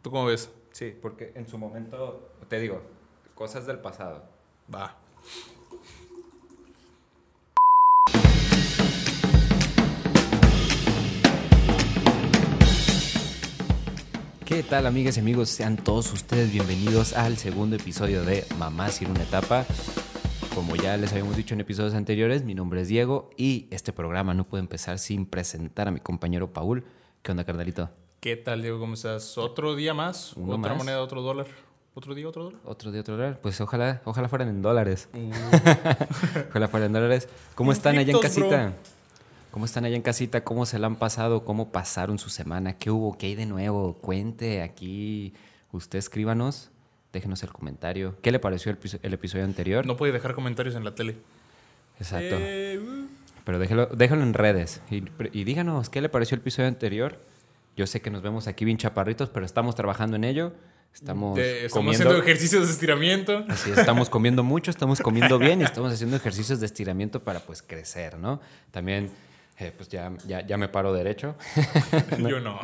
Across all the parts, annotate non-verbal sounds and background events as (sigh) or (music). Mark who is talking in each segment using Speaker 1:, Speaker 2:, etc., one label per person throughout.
Speaker 1: ¿Tú cómo ves?
Speaker 2: Sí, porque en su momento, te digo, cosas del pasado.
Speaker 1: Va.
Speaker 3: ¿Qué tal amigas y amigos? Sean todos ustedes bienvenidos al segundo episodio de Mamá sin una etapa. Como ya les habíamos dicho en episodios anteriores, mi nombre es Diego y este programa no puede empezar sin presentar a mi compañero Paul. ¿Qué onda, carnalito?
Speaker 1: ¿Qué tal, Diego? ¿Cómo estás? ¿Otro día más?
Speaker 3: Uno
Speaker 1: ¿Otra
Speaker 3: más.
Speaker 1: moneda, otro dólar? ¿Otro día, otro dólar?
Speaker 3: Otro día, otro dólar. Pues ojalá, ojalá fueran en dólares.
Speaker 1: Mm.
Speaker 3: (laughs) ojalá fueran en dólares. ¿Cómo están allá en
Speaker 1: Conflictos,
Speaker 3: casita? ¿Cómo están allá en casita? ¿Cómo se la han pasado? ¿Cómo pasaron su semana? ¿Qué hubo? ¿Qué hay de nuevo? Cuente aquí. Usted escríbanos. Déjenos el comentario. ¿Qué le pareció el, piso- el episodio anterior?
Speaker 1: No puede dejar comentarios en la tele.
Speaker 3: Exacto.
Speaker 1: Eh, uh.
Speaker 3: Pero déjelo, déjalo en redes. Y, y díganos, ¿qué le pareció el episodio anterior? Yo sé que nos vemos aquí bien chaparritos, pero estamos trabajando en ello. Estamos,
Speaker 1: Eh, estamos
Speaker 3: comiendo.
Speaker 1: haciendo ejercicios de
Speaker 3: (laughs)
Speaker 1: estiramiento.
Speaker 3: Así es, estamos comiendo mucho, estamos comiendo bien y estamos haciendo ejercicios de estiramiento para pues crecer, ¿no? También, eh, pues ya, ya, ya me paro derecho.
Speaker 1: Yo no. (laughs)
Speaker 3: O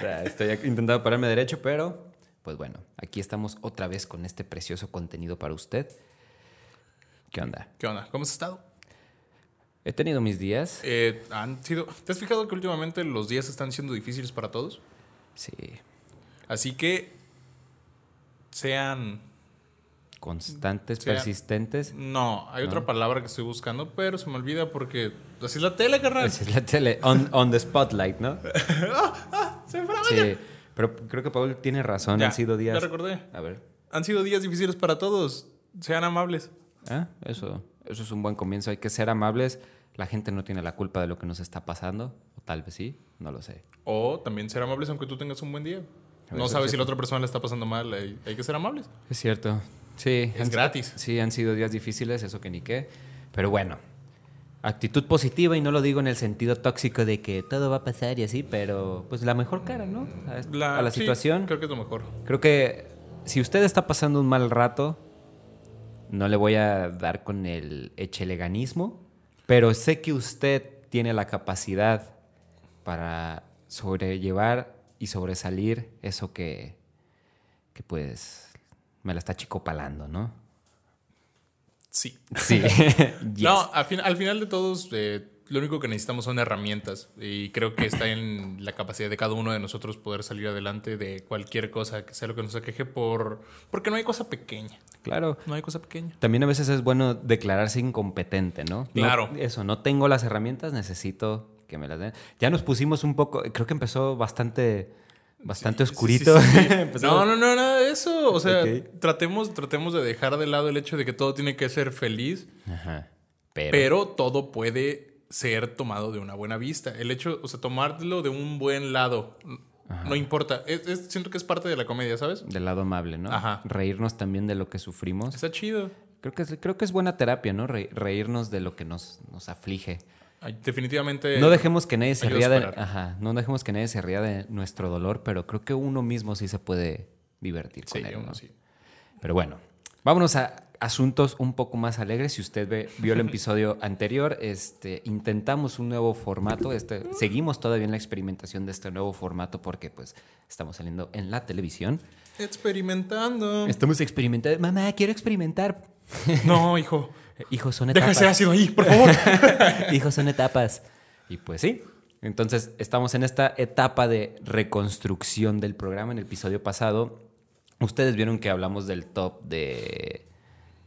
Speaker 3: sea, Estoy intentando pararme derecho, pero pues bueno, aquí estamos otra vez con este precioso contenido para usted. ¿Qué onda?
Speaker 1: ¿Qué onda? ¿Cómo has estado?
Speaker 3: He tenido mis días.
Speaker 1: Eh, han sido... ¿Te has fijado que últimamente los días están siendo difíciles para todos?
Speaker 3: Sí,
Speaker 1: Así que sean...
Speaker 3: constantes,
Speaker 1: Sí, ah.
Speaker 3: persistentes.
Speaker 1: No, hay otra palabra que estoy buscando, pero se me olvida porque así es la tele, carnal.
Speaker 3: Esa es la tele, on, on the spotlight, ¿no?
Speaker 1: Se me fue la olla.
Speaker 3: Sí, pero creo que Paul tiene razón,
Speaker 1: Ya,
Speaker 3: han sido días...
Speaker 1: Ya recordé.
Speaker 3: A ver,
Speaker 1: Han sido días difíciles para todos. Sean amables.
Speaker 3: Ah, Eso, eso es un buen comienzo. Hay que ser amables. La gente no tiene la culpa de lo que nos está pasando. O tal vez sí, no lo sé.
Speaker 1: O también ser amables aunque tú tengas un buen día.
Speaker 3: A ver,
Speaker 1: No
Speaker 3: sí,
Speaker 1: sabes
Speaker 3: sí.
Speaker 1: si la otra persona le está pasando mal. Hay, hay que ser amables.
Speaker 3: Es cierto. Sí.
Speaker 1: Es gratis.
Speaker 3: Sí, han sido días difíciles, eso que ni qué. Pero bueno, actitud positiva y no lo digo en el sentido tóxico de que todo va a pasar y así, pero pues la mejor cara, ¿no? A, est-
Speaker 1: La-
Speaker 3: a la
Speaker 1: sí,
Speaker 3: situación.
Speaker 1: Creo que es lo mejor.
Speaker 3: Creo que si usted está pasando un mal rato, no le voy a dar con el echeleganismo, pero sé que usted tiene la capacidad para sobrellevar y sobresalir eso que, que pues me la está chicopalando, ¿no?
Speaker 1: Sí. (laughs)
Speaker 3: Sí. (laughs) Yes.
Speaker 1: No, al, fin- al final de todos, eh, lo único que necesitamos son herramientas. Y creo que está en la capacidad de cada uno de nosotros poder salir adelante de cualquier cosa, que sea lo que nos aqueje, por... porque no hay cosa pequeña.
Speaker 3: Claro.
Speaker 1: No hay cosa pequeña.
Speaker 3: También a veces es bueno declararse incompetente, ¿no? No-
Speaker 1: Claro.
Speaker 3: eso, no tengo las herramientas, necesito que me las den. Ya nos pusimos un poco, creo que empezó bastante, bastante oscurito.
Speaker 1: Sí, sí, sí.
Speaker 3: (laughs) Empezamos-
Speaker 1: no, no, no, nada de eso. O sea,
Speaker 3: Ok.
Speaker 1: tratemos, tratemos de dejar de lado el hecho de que todo tiene que ser feliz,
Speaker 3: Ajá. Pero,
Speaker 1: pero todo puede ser tomado de una buena vista. El hecho, o sea, tomarlo de un buen lado, n- no importa. Es- es- siento que es parte de la comedia, ¿sabes?
Speaker 3: del lado amable, ¿no?
Speaker 1: Ajá.
Speaker 3: Reírnos también de lo que sufrimos.
Speaker 1: Está chido.
Speaker 3: Creo que es, creo que es buena terapia, ¿no? Re- reírnos de lo que nos, nos aflige.
Speaker 1: Ay, Definitivamente.
Speaker 3: no dejemos que nadie se
Speaker 1: ayuda a
Speaker 3: ría de,
Speaker 1: superar.
Speaker 3: ajá, no dejemos que nadie se ría de nuestro dolor, pero creo que uno mismo sí se puede divertir
Speaker 1: Sí,
Speaker 3: con él,
Speaker 1: uno
Speaker 3: ¿no?
Speaker 1: sí.
Speaker 3: Pero bueno, vámonos a asuntos un poco más alegres. Si usted ve- vio el episodio anterior, este, intentamos un nuevo formato. Este, seguimos todavía en la experimentación de este nuevo formato porque pues estamos saliendo en la televisión.
Speaker 1: Experimentando.
Speaker 3: Estamos experimentando. Mamá, quiero experimentar.
Speaker 1: (laughs) No,
Speaker 3: (laughs)
Speaker 1: hijo.
Speaker 3: Hijos, son
Speaker 1: Deja
Speaker 3: etapas.
Speaker 1: ese ácido ahí, por
Speaker 3: (laughs)
Speaker 1: favor.
Speaker 3: Hijos, son etapas. Y pues sí. Entonces, estamos en esta etapa de reconstrucción del programa. En el episodio pasado, ustedes vieron que hablamos del top de...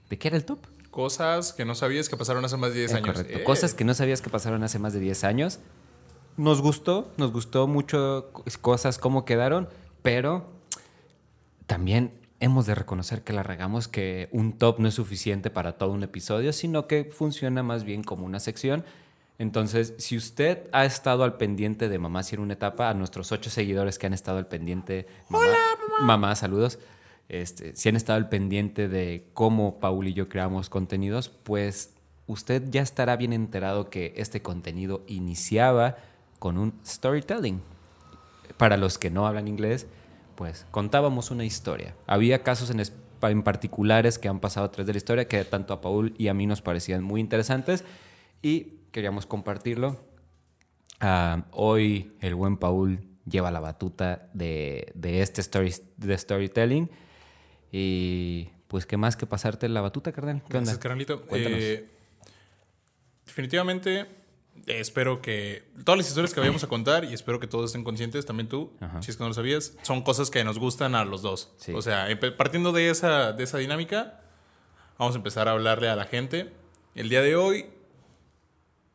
Speaker 3: ¿De qué era el top?
Speaker 1: Cosas que no sabías que pasaron hace más de 10
Speaker 3: Es
Speaker 1: años.
Speaker 3: correcto.
Speaker 1: Eh,
Speaker 3: Cosas que no sabías que pasaron hace más de 10 años. Nos gustó, nos gustó mucho co- cosas, cómo quedaron, pero también hemos de reconocer que la regamos, que un top no es suficiente para todo un episodio, sino que funciona más bien como una sección. Entonces, si usted ha estado al pendiente de Mamá si era una etapa, a nuestros ocho seguidores que han estado al pendiente. Mamá, mamá. saludos. Este, si han estado al pendiente de cómo Paul y yo creamos contenidos, pues usted ya estará bien enterado que este contenido iniciaba con un storytelling para los que no hablan inglés, pues contábamos una historia. Había casos en, es- pa- en particulares que han pasado atrás de la historia que tanto a Paul y a mí nos parecían muy interesantes y queríamos compartirlo. Ah, hoy el buen Paul lleva la batuta de, de este story, de storytelling. Y pues, ¿qué más que pasarte la batuta, carnal? ¿Qué onda?
Speaker 1: Gracias, carnalito.
Speaker 3: Cuéntanos.
Speaker 1: Eh, definitivamente, eh, espero que todas las historias que vayamos a contar, y espero que todos estén conscientes, también tú,
Speaker 3: Ajá.
Speaker 1: si es que no lo sabías, son cosas que nos gustan a los dos.
Speaker 3: Sí.
Speaker 1: O sea, empe- partiendo de esa, de esa dinámica, vamos a empezar a hablarle a la gente. El día de hoy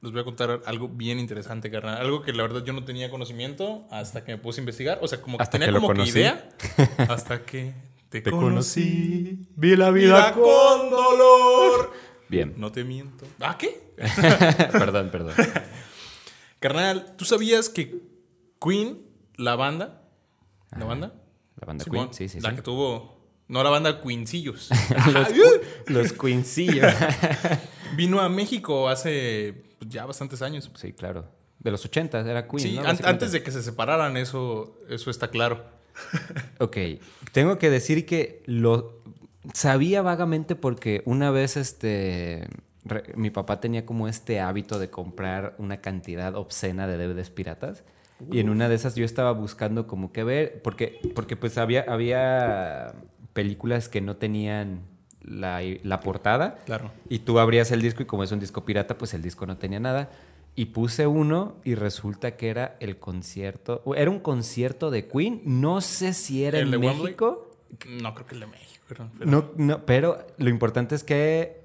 Speaker 1: les voy a contar algo bien interesante, carnal. Algo que la verdad yo no tenía conocimiento hasta que me puse a investigar. O sea, como que
Speaker 3: Hasta
Speaker 1: tenía
Speaker 3: que lo
Speaker 1: como que
Speaker 3: conocí. (laughs)
Speaker 1: idea. Hasta que te,
Speaker 3: Te
Speaker 1: conocí.
Speaker 3: vi la
Speaker 1: Vida con dolor. (laughs)
Speaker 3: Bien,
Speaker 1: No te miento. ¿Ah, qué?
Speaker 3: perdón, perdón.
Speaker 1: Carnal, ¿tú sabías que Queen, la banda, la banda,
Speaker 3: Ah, La banda
Speaker 1: Simón,
Speaker 3: Queen, sí, sí,
Speaker 1: la
Speaker 3: sí.
Speaker 1: que tuvo, no la banda
Speaker 3: (laughs)
Speaker 1: Queencillos, (laughs)
Speaker 3: los, cu- los Queencillos.
Speaker 1: vino a México hace pues, ya bastantes años.
Speaker 3: (laughs) sí, claro. De los 80 era Queen,
Speaker 1: sí,
Speaker 3: ¿no?
Speaker 1: an-
Speaker 3: Básicamente.
Speaker 1: antes de que se separaran, eso, eso está claro.
Speaker 3: Ok, tengo que decir que lo sabía vagamente porque una vez este re- mi papá tenía como este hábito de comprar una cantidad obscena de DVDs piratas y en una de esas yo estaba buscando como que ver porque porque pues había había películas que no tenían la, la portada
Speaker 1: Claro.
Speaker 3: y tú abrías el disco y como es un disco pirata, pues el disco no tenía nada. Y puse uno y resulta que era el concierto, o era un concierto de Queen, no sé si era
Speaker 1: ¿El
Speaker 3: en
Speaker 1: de Wembley?
Speaker 3: México.
Speaker 1: No creo que el de México. pero-
Speaker 3: No, no, pero lo importante es que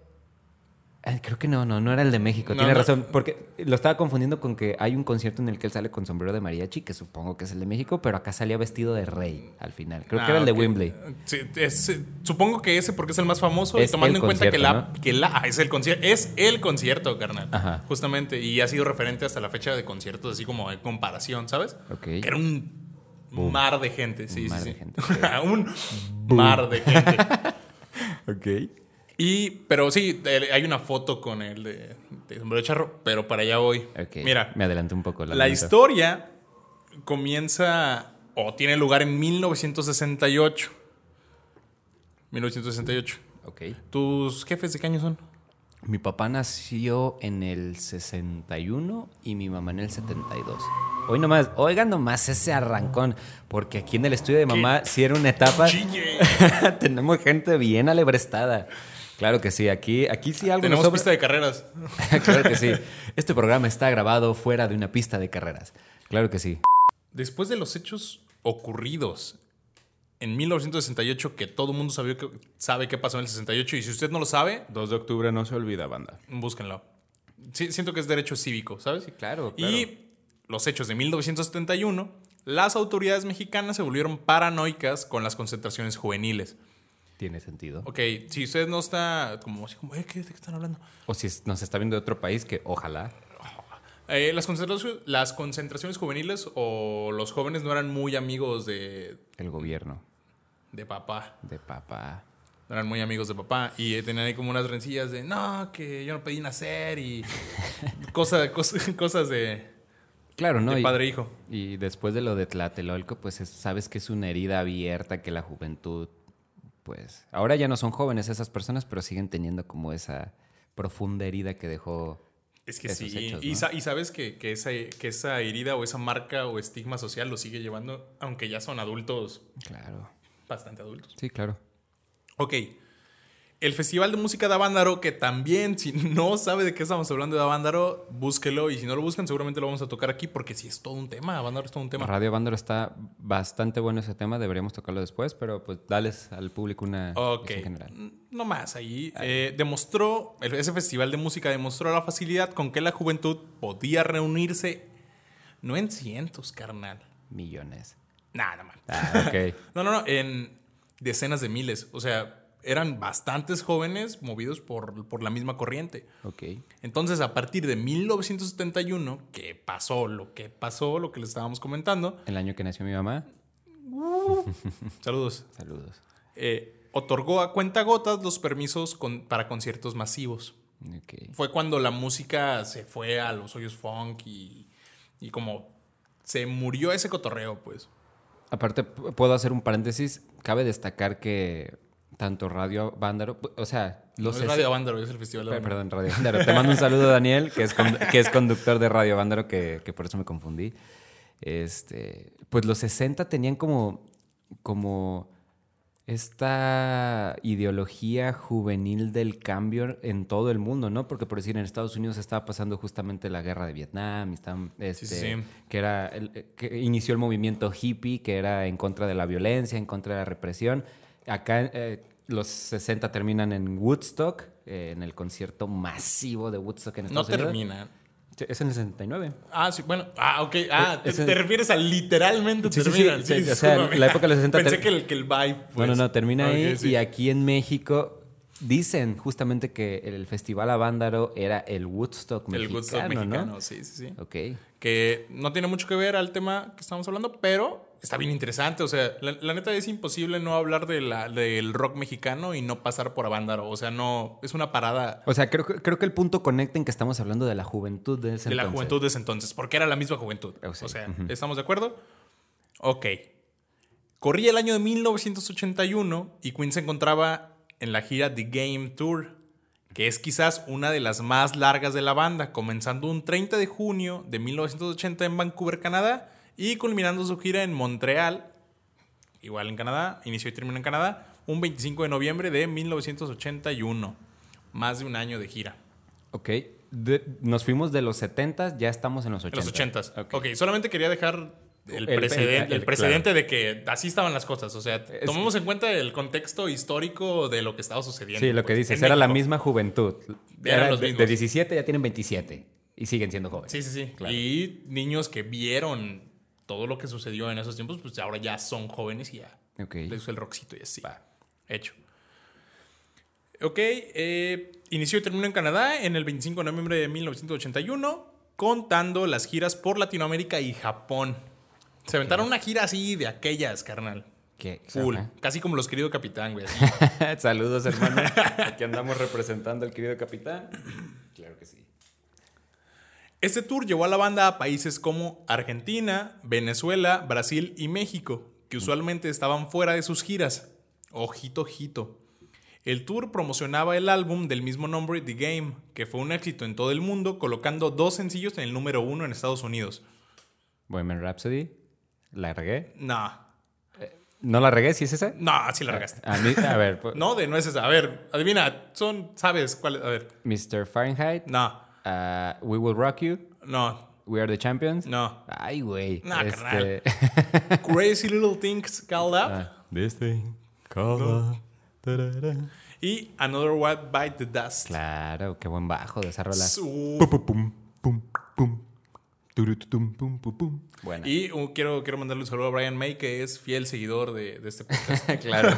Speaker 3: Ay, creo que no, no, no era el de México,
Speaker 1: No,
Speaker 3: tiene
Speaker 1: no.
Speaker 3: razón, porque lo estaba confundiendo con que hay un concierto en el que él sale con sombrero de mariachi, que supongo que es el de México, pero acá salía vestido de rey al final. Creo que
Speaker 1: Ah,
Speaker 3: era el de
Speaker 1: ok.
Speaker 3: Wembley.
Speaker 1: Sí, es- eh, supongo que ese porque es el más famoso y
Speaker 3: Es
Speaker 1: tomando
Speaker 3: el
Speaker 1: en cuenta que la,
Speaker 3: concierto,
Speaker 1: que la ah, es el concierto es el concierto, carnal.
Speaker 3: Ajá.
Speaker 1: Justamente y ha sido referente hasta la fecha de conciertos así como de comparación, ¿sabes?
Speaker 3: Ok.
Speaker 1: Que Era un mar de gente, sí,
Speaker 3: mar
Speaker 1: sí,
Speaker 3: de
Speaker 1: sí. (laughs)
Speaker 3: gente,
Speaker 1: un mar de
Speaker 3: (laughs)
Speaker 1: gente.
Speaker 3: Ok.
Speaker 1: Y pero sí, el- hay una foto con el de, de sombrero charro, pero para allá voy. Mira,
Speaker 3: me adelanté un poco.
Speaker 1: la
Speaker 3: lamento.
Speaker 1: historia comienza o tiene lugar en 1968. 1968.
Speaker 3: Ok.
Speaker 1: ¿Tus jefes de qué año son?
Speaker 3: Mi papá nació en el 61 y mi mamá en el 72. Hoy nomás, oigan nomás ese arrancón, porque aquí en el estudio de mamá sí era una etapa.
Speaker 1: Chille.
Speaker 3: (laughs) Tenemos gente bien alebrestada. Claro que sí, aquí, aquí sí algo nos
Speaker 1: Tenemos
Speaker 3: sobra.
Speaker 1: pista de carreras.
Speaker 3: (laughs) claro que sí. Este programa está grabado fuera de una pista de carreras. Claro que sí.
Speaker 1: Después de los hechos ocurridos en 1968, que todo el mundo sabió que- sabe qué pasó en el 68, y si usted no lo sabe,
Speaker 4: 2 de octubre no se olvida, banda.
Speaker 1: búsquenlo. Sí, siento que es derecho cívico, ¿sabes?
Speaker 3: claro,
Speaker 1: Y los hechos de 1971, las autoridades mexicanas se volvieron paranoicas con las concentraciones juveniles.
Speaker 3: Tiene sentido.
Speaker 1: Ok, si usted no está como así como, "Eh, ¿qué- ¿de qué están hablando?
Speaker 3: O si es- nos está viendo de otro país, que ojalá.
Speaker 1: Eh, las, concentraciones, las concentraciones juveniles o los jóvenes no eran muy amigos de,
Speaker 3: El gobierno
Speaker 1: de papá.
Speaker 3: de papá.
Speaker 1: No eran muy amigos de papá y eh, tenían ahí como unas rencillas de, no, que yo no pedí nacer y (laughs) cosa- cosa- cosas de,
Speaker 3: Claro, ¿no?
Speaker 1: de
Speaker 3: Y-
Speaker 1: padre e hijo.
Speaker 3: Y después de lo de Tlatelolco, pues es- sabes que es una herida abierta que la juventud, pues ahora ya no son jóvenes esas personas, pero siguen teniendo como esa profunda herida que dejó.
Speaker 1: Es que
Speaker 3: esos
Speaker 1: sí,
Speaker 3: hechos,
Speaker 1: y,
Speaker 3: ¿no?
Speaker 1: sa- y sabes que, que esa, que esa herida o esa marca o estigma social lo sigue llevando, aunque ya son adultos,
Speaker 3: Claro,
Speaker 1: bastante adultos.
Speaker 3: sí, claro.
Speaker 1: Ok. El Festival de Música de Avándaro, que también, si no sabe de qué estamos hablando de Avándaro, búsquelo. Y si no lo buscan, seguramente lo vamos a tocar aquí, porque sí es todo un tema. Avándaro es todo un tema.
Speaker 3: Radio Bándaro está bastante bueno ese tema, deberíamos tocarlo después, pero pues dales al público una
Speaker 1: Ok.
Speaker 3: visión pues, general. Ah.
Speaker 1: No más, ahí eh, demostró, el- ese festival de música demostró la facilidad con que la juventud podía reunirse, no en cientos, carnal.
Speaker 3: Millones.
Speaker 1: Nada más.
Speaker 3: Ah,
Speaker 1: (laughs)
Speaker 3: ok.
Speaker 1: No, no, no, en decenas de miles. O sea, eran bastantes jóvenes movidos por, por la misma corriente.
Speaker 3: ok.
Speaker 1: Entonces, a partir de 1971, que pasó lo que pasó, lo que les estábamos comentando,
Speaker 3: El año que nació mi mamá,
Speaker 1: saludos,
Speaker 3: saludos.
Speaker 1: eh, otorgó a cuentagotas los permisos con- para conciertos masivos.
Speaker 3: Ok.
Speaker 1: Fue cuando la música se fue a los hoyos funk y, y como se murió ese cotorreo, pues.
Speaker 3: Aparte, p- puedo hacer un paréntesis. Cabe destacar que tanto Radio Bándaro, o sea,
Speaker 1: No
Speaker 3: los
Speaker 1: es Radio Avándaro, es el festival de
Speaker 3: Pe-
Speaker 1: Avándaro.
Speaker 3: Perdón, Radio Bándaro. Te mando un saludo, Daniel, que es, con- que es conductor de Radio Bándaro, que, que por eso me confundí. Este, pues los 60 tenían como, como esta ideología juvenil del cambio en todo el mundo, ¿no? Porque por decir, en Estados Unidos estaba pasando justamente la guerra de Vietnam, y estaban, este,
Speaker 1: sí.
Speaker 3: que era el- que inició el movimiento hippie, que era en contra de la violencia, en contra de la represión. Acá eh, los 60 terminan en Woodstock, eh, en el concierto masivo de Woodstock en
Speaker 1: No
Speaker 3: Estados Unidos.
Speaker 1: termina.
Speaker 3: Sí, Es en el 69.
Speaker 1: Ah, sí, bueno. Ah, ok. Ah, te,
Speaker 3: Eh, Ese-
Speaker 1: te refieres a literalmente
Speaker 3: Sí, sí,
Speaker 1: termina.
Speaker 3: sí, sí, o sea,
Speaker 1: discúlpame.
Speaker 3: la época de los 60
Speaker 1: Pensé
Speaker 3: ter-
Speaker 1: que el, que el vibe.
Speaker 3: No,
Speaker 1: pues.
Speaker 3: no, no, termina
Speaker 1: Ok,
Speaker 3: ahí.
Speaker 1: sí.
Speaker 3: Y aquí en México dicen justamente que el Festival Avándaro era el Woodstock mexicano,
Speaker 1: El Woodstock mexicano,
Speaker 3: ¿no?
Speaker 1: sí, sí, sí.
Speaker 3: Ok.
Speaker 1: que no tiene mucho que ver al tema que estamos hablando, pero está bien interesante. O sea, la, la neta es imposible no hablar de la, del rock mexicano y no pasar por Avándaro. O sea, no, es una parada
Speaker 3: O sea, creo, que- creo que el punto conecta en que estamos hablando de la juventud de ese
Speaker 1: de la
Speaker 3: entonces.
Speaker 1: juventud de ese entonces, porque era la misma juventud.
Speaker 3: Oh, sí.
Speaker 1: O sea, ¿estamos de acuerdo? Ok. Corría el año de 1981 y Queen se encontraba en la gira The Game Tour, que es quizás una de las más largas de la banda, comenzando un 30 de junio de 1980 en Vancouver, Canadá, y culminando su gira en Montreal, igual en Canadá, inició y terminó en Canadá, un 25 de noviembre de 1981. Más de un año de gira.
Speaker 3: Ok. De- nos fuimos de los 70 ya estamos en los 80
Speaker 1: En los ochentas. ok, solamente quería dejar el,
Speaker 3: El-
Speaker 1: preceden-
Speaker 3: el-
Speaker 1: el,
Speaker 3: el-
Speaker 1: precedente de que así estaban las cosas. O sea,
Speaker 3: Es-
Speaker 1: tomemos en cuenta el contexto histórico de lo que estaba sucediendo.
Speaker 3: Sí, lo que
Speaker 1: pues,
Speaker 3: dices,
Speaker 1: en
Speaker 3: era la
Speaker 1: México.
Speaker 3: misma juventud.
Speaker 1: Eran
Speaker 3: Era
Speaker 1: los
Speaker 3: de,
Speaker 1: mismos.
Speaker 3: de 17 ya tienen 27 y siguen siendo jóvenes.
Speaker 1: Sí, sí, sí.
Speaker 3: Claro.
Speaker 1: Y niños que vieron todo lo que sucedió en esos tiempos, pues ahora ya son jóvenes y ya
Speaker 3: Ok.
Speaker 1: les usa el rockcito y así. Hecho. Ok, eh, inició y terminó en Canadá en el 25 de noviembre de 1981, contando las giras por Latinoamérica y Japón. Se aventaron una gira así de aquellas, carnal.
Speaker 3: Qué-
Speaker 1: Full.
Speaker 3: ajá.
Speaker 1: Casi como los querido capitán, güey. así.
Speaker 3: (laughs) Saludos,
Speaker 1: (laughs)
Speaker 3: hermano.
Speaker 2: Aquí andamos representando al querido capitán. Claro que sí.
Speaker 1: Este tour llevó a la banda a países como Argentina, Venezuela, Brasil y México, que usualmente estaban fuera de sus giras. Ojito, ojito. El tour promocionaba el álbum del mismo nombre, The Game, que fue un éxito en todo el mundo, colocando dos sencillos en el número uno en Estados Unidos.
Speaker 3: Bohemian Rhapsody. La regué.
Speaker 1: Nah,
Speaker 3: ¿No la regué? ¿Sí es esa?
Speaker 1: nah, así la regaste.
Speaker 3: A, mí,
Speaker 1: (laughs)
Speaker 3: a ver, pues,
Speaker 1: No, de no es esa. A ver, adivina, son, ¿sabes cuál? es? A ver,
Speaker 3: Mr. Fahrenheit.
Speaker 1: no,
Speaker 3: Ah, We Will Rock You,
Speaker 1: no,
Speaker 3: We Are the Champions. (laughs)
Speaker 1: no.
Speaker 3: Ay, güey.
Speaker 1: No, carnal.
Speaker 3: este...
Speaker 1: (laughs) Crazy Little Things Called Up.
Speaker 3: Ah.
Speaker 4: This
Speaker 1: este
Speaker 4: thing called love. Tarara.
Speaker 1: Y Another What Bite the Dust.
Speaker 3: Claro, qué buen bajo de esa rola.
Speaker 1: Su-
Speaker 4: Pum, pum, pum, pum. Turututum, pum, pum, pum.
Speaker 1: (laughs)
Speaker 3: Buena.
Speaker 1: Y uh, quiero, quiero mandarle un saludo a Brian May, que es fiel seguidor de, de este podcast.
Speaker 3: claro. (laughs)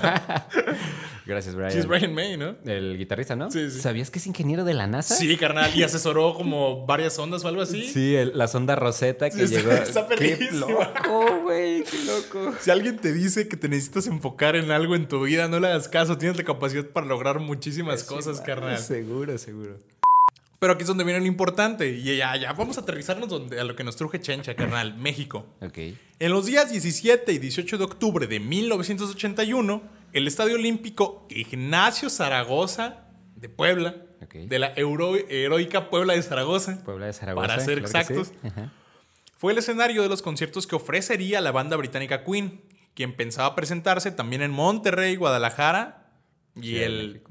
Speaker 3: Gracias, Brian.
Speaker 1: Sí, es Brian May, ¿no?
Speaker 3: El guitarrista, ¿no?
Speaker 1: Sí, sí.
Speaker 3: ¿Sabías que es ingeniero de la NASA?
Speaker 1: Sí, carnal. Y asesoró como varias ondas o algo así.
Speaker 3: Sí, el- la sonda Rosetta que
Speaker 1: Sí, está-
Speaker 3: llegó.
Speaker 1: está
Speaker 3: qué
Speaker 1: perrísima.
Speaker 3: loco, güey, qué loco.
Speaker 1: Si alguien te dice que te necesitas enfocar en algo en tu vida, no le hagas caso. Tienes la capacidad para lograr muchísimas cosas, carnal.
Speaker 3: (laughs) Seguro, seguro.
Speaker 1: Pero aquí es donde viene lo importante. Y ya, ya, vamos a aterrizarnos donde, a lo que nos truje Chencha, carnal. México.
Speaker 3: Ok.
Speaker 1: En los días 17 y 18 de octubre de 1981, el Estadio Olímpico Ignacio Zaragoza de Puebla,
Speaker 3: Ok.
Speaker 1: de la euro- heroica Puebla de Zaragoza,
Speaker 3: Puebla de Zaragoza.
Speaker 1: Para ser
Speaker 3: claro que sí.
Speaker 1: exactos.
Speaker 3: Ajá.
Speaker 1: fue el escenario de los conciertos que ofrecería la banda británica Queen, quien pensaba presentarse también en Monterrey, Guadalajara y
Speaker 3: Ciudad de
Speaker 1: el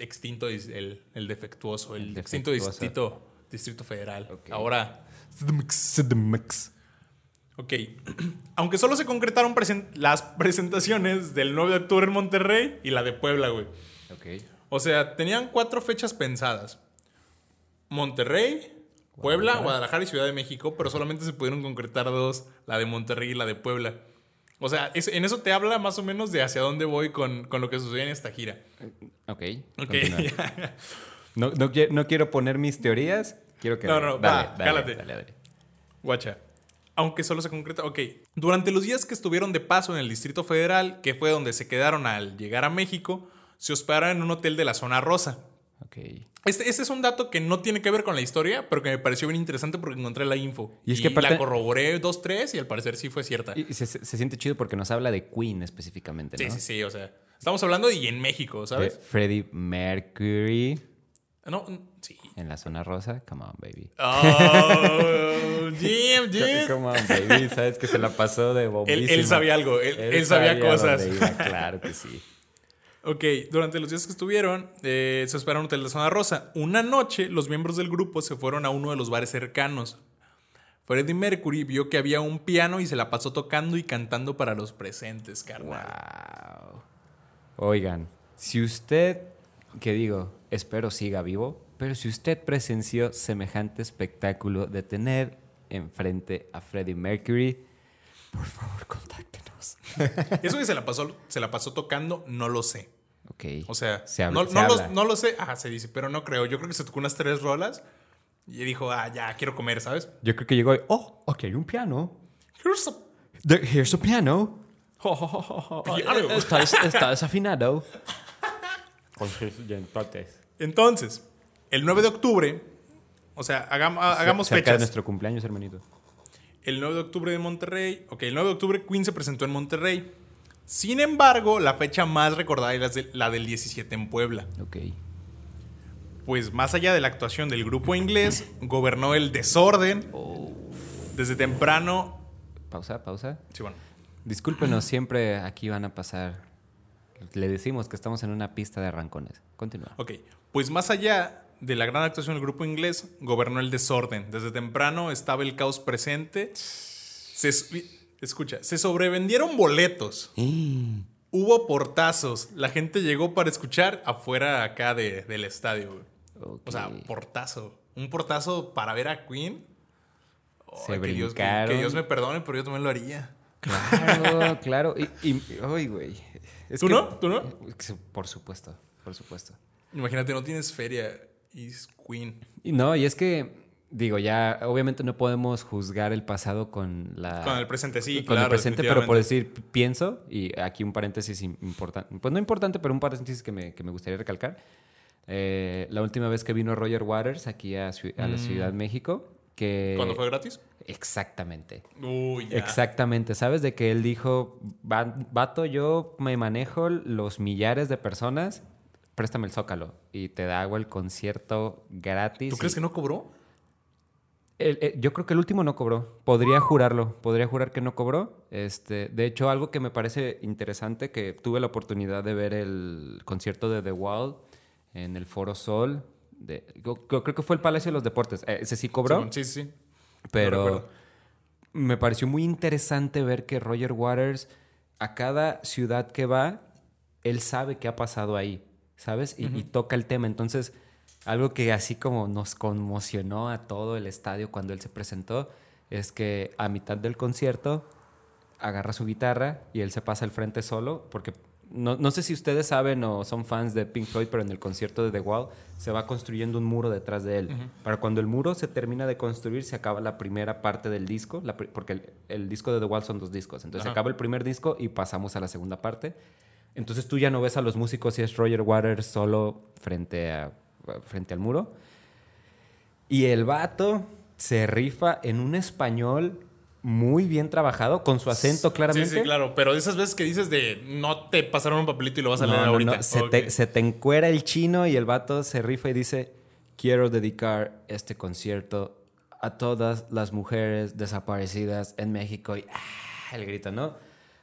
Speaker 1: extinto, dis- el, el defectuoso, el,
Speaker 3: El
Speaker 1: extinto
Speaker 3: defectuoso.
Speaker 1: distrito, distrito federal.
Speaker 3: Ok.
Speaker 1: Ahora
Speaker 4: Sedmx.
Speaker 1: Ok. (clears throat) Aunque solo se concretaron presen- las (laughs) presentaciones del 9 de octubre en Monterrey y la de Puebla, güey.
Speaker 3: Ok.
Speaker 1: O sea, tenían cuatro fechas pensadas. Monterrey, Puebla, Guadalajara y Ciudad de México, pero solamente se pudieron concretar dos, la de Monterrey y la de Puebla. O sea, es- en eso te habla más o menos de hacia dónde voy con, con lo que sucedió en esta gira.
Speaker 3: Ok.
Speaker 1: Ok.
Speaker 3: continúa.
Speaker 1: (laughs)
Speaker 3: No, no, quie- no quiero poner mis teorías. Quiero que.
Speaker 1: No, no, va, jálate.
Speaker 3: Dale, dale.
Speaker 1: Guacha. Aunque solo se concreta. Ok. Durante los días que estuvieron de paso en el Distrito Federal, que fue donde se quedaron al llegar a México, se hospedaron en un hotel de la zona rosa.
Speaker 3: Ok.
Speaker 1: Este, este es un dato que no tiene que ver con la historia, pero que me pareció bien interesante porque encontré la info.
Speaker 3: Y es que aparte-
Speaker 1: la corroboré dos, tres y al parecer sí fue cierta.
Speaker 3: Y se, se- se siente chido porque nos habla de Queen específicamente,
Speaker 1: Sí,
Speaker 3: ¿no? Pues.
Speaker 1: sí, sí. O sea, estamos hablando y en México,
Speaker 3: De
Speaker 1: ¿sabes?
Speaker 3: Freddie Mercury.
Speaker 1: No, mm,
Speaker 3: (laughs)
Speaker 1: sí.
Speaker 3: En la zona rosa, come on, baby.
Speaker 1: Oh, Jim, Jim.
Speaker 3: Come on, baby. Sabes que se la pasó de bombísima.
Speaker 1: Él, él sabía algo, él, él sabía, cosas.
Speaker 3: dónde iba, claro que (laughs) sí.
Speaker 1: Ok, durante los días que estuvieron, eh, se hospedaron en un hotel de la zona rosa. Una noche, los miembros del grupo se fueron a uno de los bares cercanos. Freddie Mercury vio que había un piano y se la pasó tocando y cantando para los presentes, carnal.
Speaker 3: Wow. Oigan, si usted, que digo, espero siga vivo, pero si usted presenció semejante espectáculo de tener enfrente a Freddie Mercury, por favor, contáctenos.
Speaker 1: Eso que se la pasó, se la pasó tocando, no lo sé.
Speaker 3: Ok.
Speaker 1: O sea,
Speaker 3: Se habla-
Speaker 1: no,
Speaker 3: se
Speaker 1: no
Speaker 3: habla.
Speaker 1: lo, no lo sé. Ah, se dice, pero no creo. Yo creo que se tocó unas tres rolas y dijo, ah, ya, quiero comer, ¿sabes?
Speaker 3: Yo creo que llegó y, oh, aquí hay un piano.
Speaker 1: Here's a
Speaker 3: There- here's a piano.
Speaker 1: piano".
Speaker 3: Está, des- está desafinado.
Speaker 1: Entonces, el 9 de octubre, o sea, hagam- ha- Ah, hagamos
Speaker 3: Cerca de
Speaker 1: fechas.
Speaker 3: nuestro cumpleaños, hermanito.
Speaker 1: El 9 de octubre de Monterrey. Ok, el 9 de octubre Queen se presentó en Monterrey. Sin embargo, la fecha más recordada es la de- la del 17 en Puebla.
Speaker 3: Ok.
Speaker 1: Pues más allá de la actuación del grupo inglés, gobernó el desorden. Desde temprano.
Speaker 3: Pausa, pausa.
Speaker 1: Sí, bueno.
Speaker 3: Discúlpenos, siempre aquí van a pasar. Le decimos que estamos en una pista de arrancones.
Speaker 1: (gasps)
Speaker 3: Continúa.
Speaker 1: Ok, pues más allá de la gran actuación del grupo inglés, gobernó el desorden. Desde temprano estaba el caos presente. Se, s- escucha, se sobrevendieron boletos. Hubo portazos. La gente llegó para escuchar afuera acá de- del estadio. güey. O sea,
Speaker 3: Ok.
Speaker 1: portazo. Un portazo para ver a Queen.
Speaker 3: Se
Speaker 1: Ay, que Dios, que- que
Speaker 3: brincaron.
Speaker 1: Dios me perdone, pero yo también lo haría. (laughs)
Speaker 3: Claro, claro. Y, y- ay, güey. Es
Speaker 1: ¿Tú
Speaker 3: que-
Speaker 1: no? ¿Tú no?
Speaker 3: Sí, Por supuesto, por supuesto.
Speaker 1: Imagínate, no tienes feria y es Queen.
Speaker 3: Y no, y es que, digo, ya obviamente no podemos juzgar el pasado con la...
Speaker 1: Con el presente, sí,
Speaker 3: con
Speaker 1: claro,
Speaker 3: Ah. el presente, pero por
Speaker 1: definitivamente.
Speaker 3: decir, p- pienso, y aquí un paréntesis importante, pues no importante, pero un paréntesis que me, que me gustaría recalcar. Eh, la última vez que vino Roger Waters aquí a, Ciu- a la Ciudad de México, que...
Speaker 1: Mm. ¿Cuándo fue gratis?
Speaker 3: Exactamente.
Speaker 1: Uy, ya.
Speaker 3: Exactamente, ¿sabes? De que él dijo, "Va- vato, yo me manejo los millares de personas, préstame el zócalo y te hago el concierto gratis.
Speaker 1: ¿Tú crees
Speaker 3: y-
Speaker 1: que no cobró?
Speaker 3: el- el- yo creo que el último no cobró. Podría jurarlo. Podría jurar que no cobró. Este, de hecho, algo que me parece interesante, que tuve la oportunidad de ver el concierto de The Wall en el Foro Sol. de- yo- yo creo que fue el Palacio de los Deportes. Eh, Ese sí cobró.
Speaker 1: Sí, sí, sí.
Speaker 3: Pero
Speaker 1: recuerdo.
Speaker 3: me pareció muy interesante ver que Roger Waters, a cada ciudad que va, él sabe qué ha pasado ahí, ¿sabes? Y, y toca el tema. Entonces, algo que así como nos conmocionó a todo el estadio cuando él se presentó, es que a mitad del concierto agarra su guitarra y él se pasa al frente solo, porque no, no sé si ustedes saben o son fans de Pink Floyd, pero en el concierto de The Wall se va construyendo un muro detrás de él. Para cuando el muro se termina de construir, se acaba la primera parte del disco, la pri- porque el, el disco de The Wall son dos discos. Entonces se
Speaker 1: Ajá.
Speaker 3: acaba el primer disco y pasamos a la segunda parte. Entonces tú ya no ves a los músicos y es Roger Waters solo frente, a, frente al muro. Y el vato se rifa en un español muy bien trabajado, con su acento claramente.
Speaker 1: Sí, sí, claro. Pero de esas veces que dices de no te pasaron un papelito y lo vas a
Speaker 3: No,
Speaker 1: leer
Speaker 3: no,
Speaker 1: ahorita.
Speaker 3: no, Se,
Speaker 1: Ok.
Speaker 3: te, se te encuera el chino y el vato se rifa y dice, quiero dedicar este concierto a todas las mujeres desaparecidas en México. Y ah, el grito, ¿no?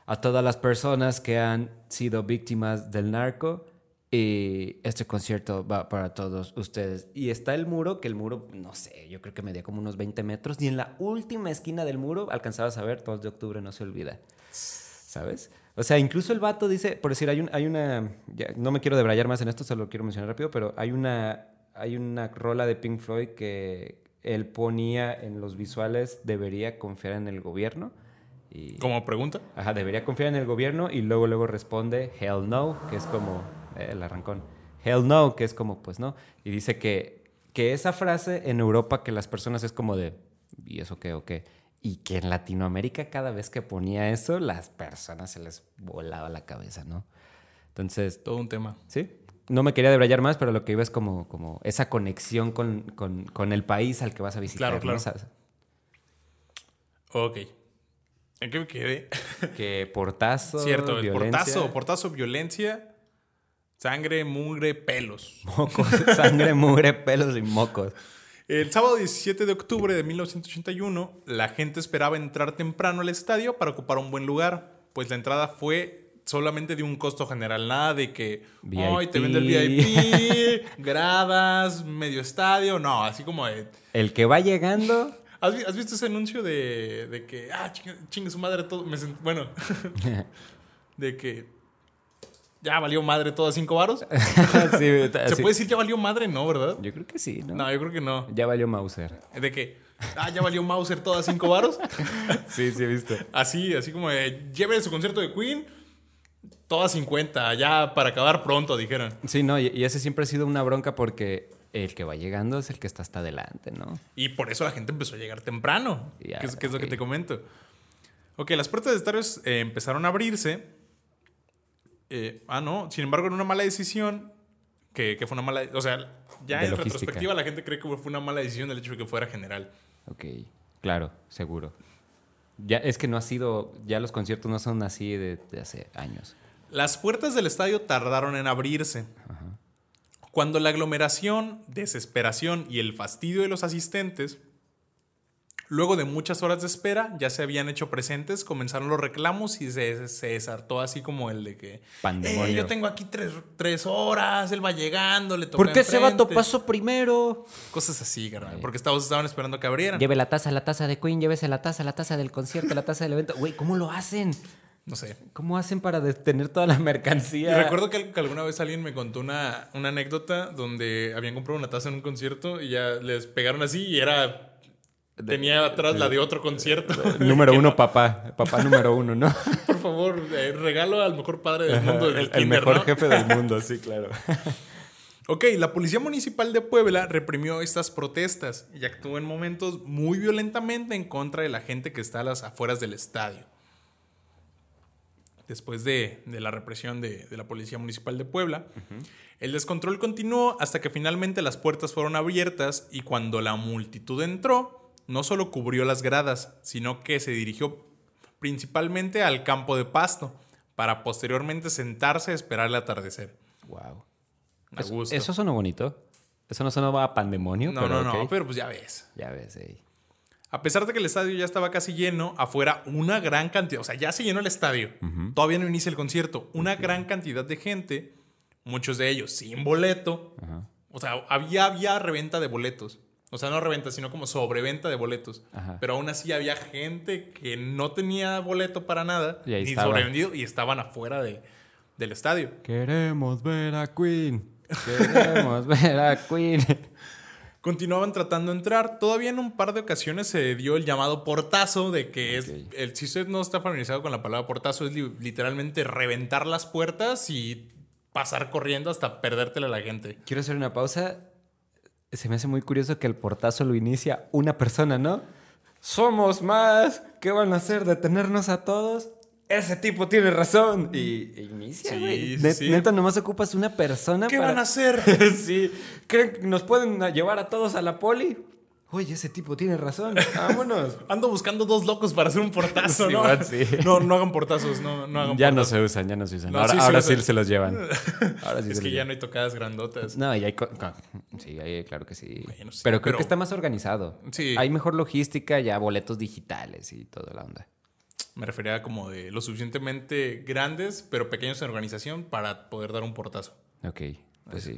Speaker 3: A todas las personas que han sido víctimas del narco. Y este concierto va para todos ustedes. Y está el muro, que el muro, no sé, yo creo que medía como unos 20 metros. Y en la última esquina del muro alcanzabas a ver, 2 de octubre no se olvida. ¿Sabes? O sea, incluso el vato dice, por decir, hay, un- hay una, ya, no me quiero debrayar más en esto, solo quiero mencionar rápido, pero hay una, hay una rola de Pink Floyd que él ponía en los visuales, debería confiar en el gobierno. Y,
Speaker 1: Como pregunta.
Speaker 3: Ajá, debería confiar en el gobierno y luego luego responde hell no, que es como eh, el arrancón. Hell no, que es como pues no. Y dice que, que esa frase en Europa que las personas es como de ¿y eso qué o qué? Y que en Latinoamérica cada vez que ponía eso las personas se les volaba la cabeza, ¿no? Entonces,
Speaker 1: Todo un tema.
Speaker 3: sí, no me quería debrayar más, pero lo que iba es como, como esa conexión con, con- con el país al que vas a visitar.
Speaker 1: Claro,
Speaker 3: ¿no?
Speaker 1: claro.
Speaker 3: ¿Sabes?
Speaker 1: Ok. ¿En qué me quedé? (laughs)
Speaker 3: Que portazo,
Speaker 1: Cierto, el
Speaker 3: violencia.
Speaker 1: portazo, portazo, violencia. Sangre, mugre, pelos.
Speaker 3: Mocos, (laughs) sangre, mugre, pelos y mocos.
Speaker 1: El sábado 17 de octubre de 1981, la gente esperaba entrar temprano al estadio para ocupar un buen lugar, pues la entrada fue solamente de un costo general, nada de que hoy te vende el VIP, (laughs) gradas, medio estadio, no, así como de,
Speaker 3: El que va llegando, (laughs)
Speaker 1: ¿Has, vi- has visto ese anuncio de, de que, ah, chingue, chingue su madre todo? Me sent- bueno, de que ya valió madre todo a cinco varos.
Speaker 3: Sí,
Speaker 1: ¿Se
Speaker 3: así-
Speaker 1: puede decir ya valió madre? No, ¿verdad?
Speaker 3: Yo creo que sí, ¿no?
Speaker 1: No, yo creo que no.
Speaker 3: Ya
Speaker 1: (laughs)
Speaker 3: valió Mauser.
Speaker 1: De que, ah, ya valió Mauser todo a cinco varos.
Speaker 3: Sí, sí, he visto.
Speaker 1: Así, así como de, lleven su concierto de Queen, todo a 50, ya para acabar pronto, dijeron.
Speaker 3: Sí, no, y, y ese siempre ha sido una bronca porque el que va llegando es el que está hasta adelante, ¿no?
Speaker 1: Y por eso la gente empezó a llegar temprano,
Speaker 3: Ya,
Speaker 1: que, es, que es lo que
Speaker 3: ok.
Speaker 1: te comento. Ok, las puertas de estadios eh, empezaron a abrirse. Eh, ah, no. Sin embargo, en una mala decisión, que, que fue una mala... O sea, ya
Speaker 3: De
Speaker 1: en
Speaker 3: logística.
Speaker 1: retrospectiva la gente cree que fue una mala decisión el hecho de que fuera general.
Speaker 3: Ok, claro, seguro. Ya, es que no ha sido, ya los conciertos no son así de, de hace años.
Speaker 1: Las puertas del estadio tardaron en abrirse. Cuando la aglomeración, desesperación y el fastidio de los asistentes, luego de muchas horas de espera, ya se habían hecho presentes, comenzaron los reclamos y se, se desartó así como el de que
Speaker 3: Pandemonio.
Speaker 1: "Eh, yo tengo aquí tres, tres horas, él va llegando, le toca
Speaker 3: vato
Speaker 1: enfrente".
Speaker 3: pasó primero?
Speaker 1: Cosas así, carnal, porque estabas- estaban esperando que abrieran.
Speaker 3: Lleve la taza, la taza de Queen, llévese la taza, la taza del concierto, la taza del evento. Güey, ¿cómo lo hacen?
Speaker 1: No sé.
Speaker 3: ¿Cómo hacen para detener toda la
Speaker 1: Y
Speaker 3: mercancía?
Speaker 1: recuerdo que, que alguna vez alguien me contó una, una anécdota donde habían comprado una taza en un concierto y ya les pegaron así y era. Tenía atrás la de otro concierto.
Speaker 3: (laughs)
Speaker 1: (laughs)
Speaker 3: Número uno, papá. Papá número uno, ¿no?
Speaker 1: Por favor, eh, regalo al mejor padre del mundo (laughs) del kinder, ¿no?
Speaker 3: del mundo, sí, (laughs) claro.
Speaker 1: Ok, la Policía Municipal de Puebla reprimió estas protestas y actuó en momentos muy violentamente en contra de la gente que está a las afueras del estadio. Después de, de la represión de, de la Policía Municipal de Puebla, el descontrol continuó hasta que finalmente las puertas fueron abiertas y cuando la multitud entró, no solo cubrió las gradas, sino que se dirigió principalmente al campo de pasto para posteriormente sentarse a esperar el atardecer.
Speaker 3: Wow.
Speaker 1: A
Speaker 3: Pues, Eso-
Speaker 1: gusto.
Speaker 3: Eso sonó bonito. Eso no sonó a pandemonio.
Speaker 1: No,
Speaker 3: pero
Speaker 1: no, no,
Speaker 3: ok.
Speaker 1: pero pues ya ves.
Speaker 3: Ya ves, ey.
Speaker 1: A pesar de que el estadio ya estaba casi lleno, afuera una gran cantidad, o sea, ya se llenó el estadio, todavía no inicia el concierto, una gran cantidad de gente, muchos de ellos sin boleto,
Speaker 3: Ajá.
Speaker 1: o sea, había, había reventa de boletos, o sea, no reventa, sino como sobreventa de boletos,
Speaker 3: Ajá.
Speaker 1: pero aún así había gente que no tenía boleto para nada,
Speaker 3: Y ahí
Speaker 1: ni
Speaker 3: estaba.
Speaker 1: sobrevendido, y estaban afuera de, del estadio.
Speaker 3: Queremos ver a Queen. Queremos ver a Queen.
Speaker 1: Continuaban tratando de entrar. Todavía en un par de ocasiones se dio el llamado portazo, de que es.
Speaker 3: Ok.
Speaker 1: El, si usted no está familiarizado con la palabra portazo, es li- literalmente reventar las puertas y pasar corriendo hasta perdértela a la gente.
Speaker 3: Quiero hacer una pausa. Se me hace muy curioso que el portazo lo inicia una persona, ¿no? Somos más. ¿Qué van a hacer? ¿Detenernos a todos? Ese tipo tiene razón. Y e inicia,
Speaker 1: Sí, sí,
Speaker 3: güey. Ne-
Speaker 1: sí.
Speaker 3: Neta, nomás ocupas una persona
Speaker 1: ¿Qué
Speaker 3: para- (laughs)
Speaker 1: van a hacer?
Speaker 3: sí. ¿Creen que nos pueden llevar a todos a la poli? Oye, ese tipo
Speaker 1: (laughs)
Speaker 3: tiene razón. Vámonos.
Speaker 1: (laughs) Ando buscando dos locos para hacer un portazo,
Speaker 3: (laughs) Sí,
Speaker 1: ¿no?
Speaker 3: igual, sí.
Speaker 1: No, no hagan portazos, no, no hagan
Speaker 3: Ya no se usan, ya no se usan.
Speaker 1: No,
Speaker 3: ahora
Speaker 1: sí
Speaker 3: sí,
Speaker 1: se
Speaker 3: ahora
Speaker 1: usan.
Speaker 3: sí se
Speaker 1: (laughs)
Speaker 3: los llevan. Ahora sí
Speaker 1: Es
Speaker 3: se
Speaker 1: que
Speaker 3: los
Speaker 1: ya
Speaker 3: llevan.
Speaker 1: no hay tocadas grandotas.
Speaker 3: No, y hay. co- co- Sí, hay- claro que sí.
Speaker 1: Bueno, sí,
Speaker 3: pero creo
Speaker 1: pero-
Speaker 3: que está más organizado.
Speaker 1: Sí.
Speaker 3: Hay mejor logística, ya boletos digitales y toda la onda.
Speaker 1: Me refería como de lo suficientemente grandes, pero pequeños en organización para poder dar un portazo.
Speaker 3: Ok, pues sí.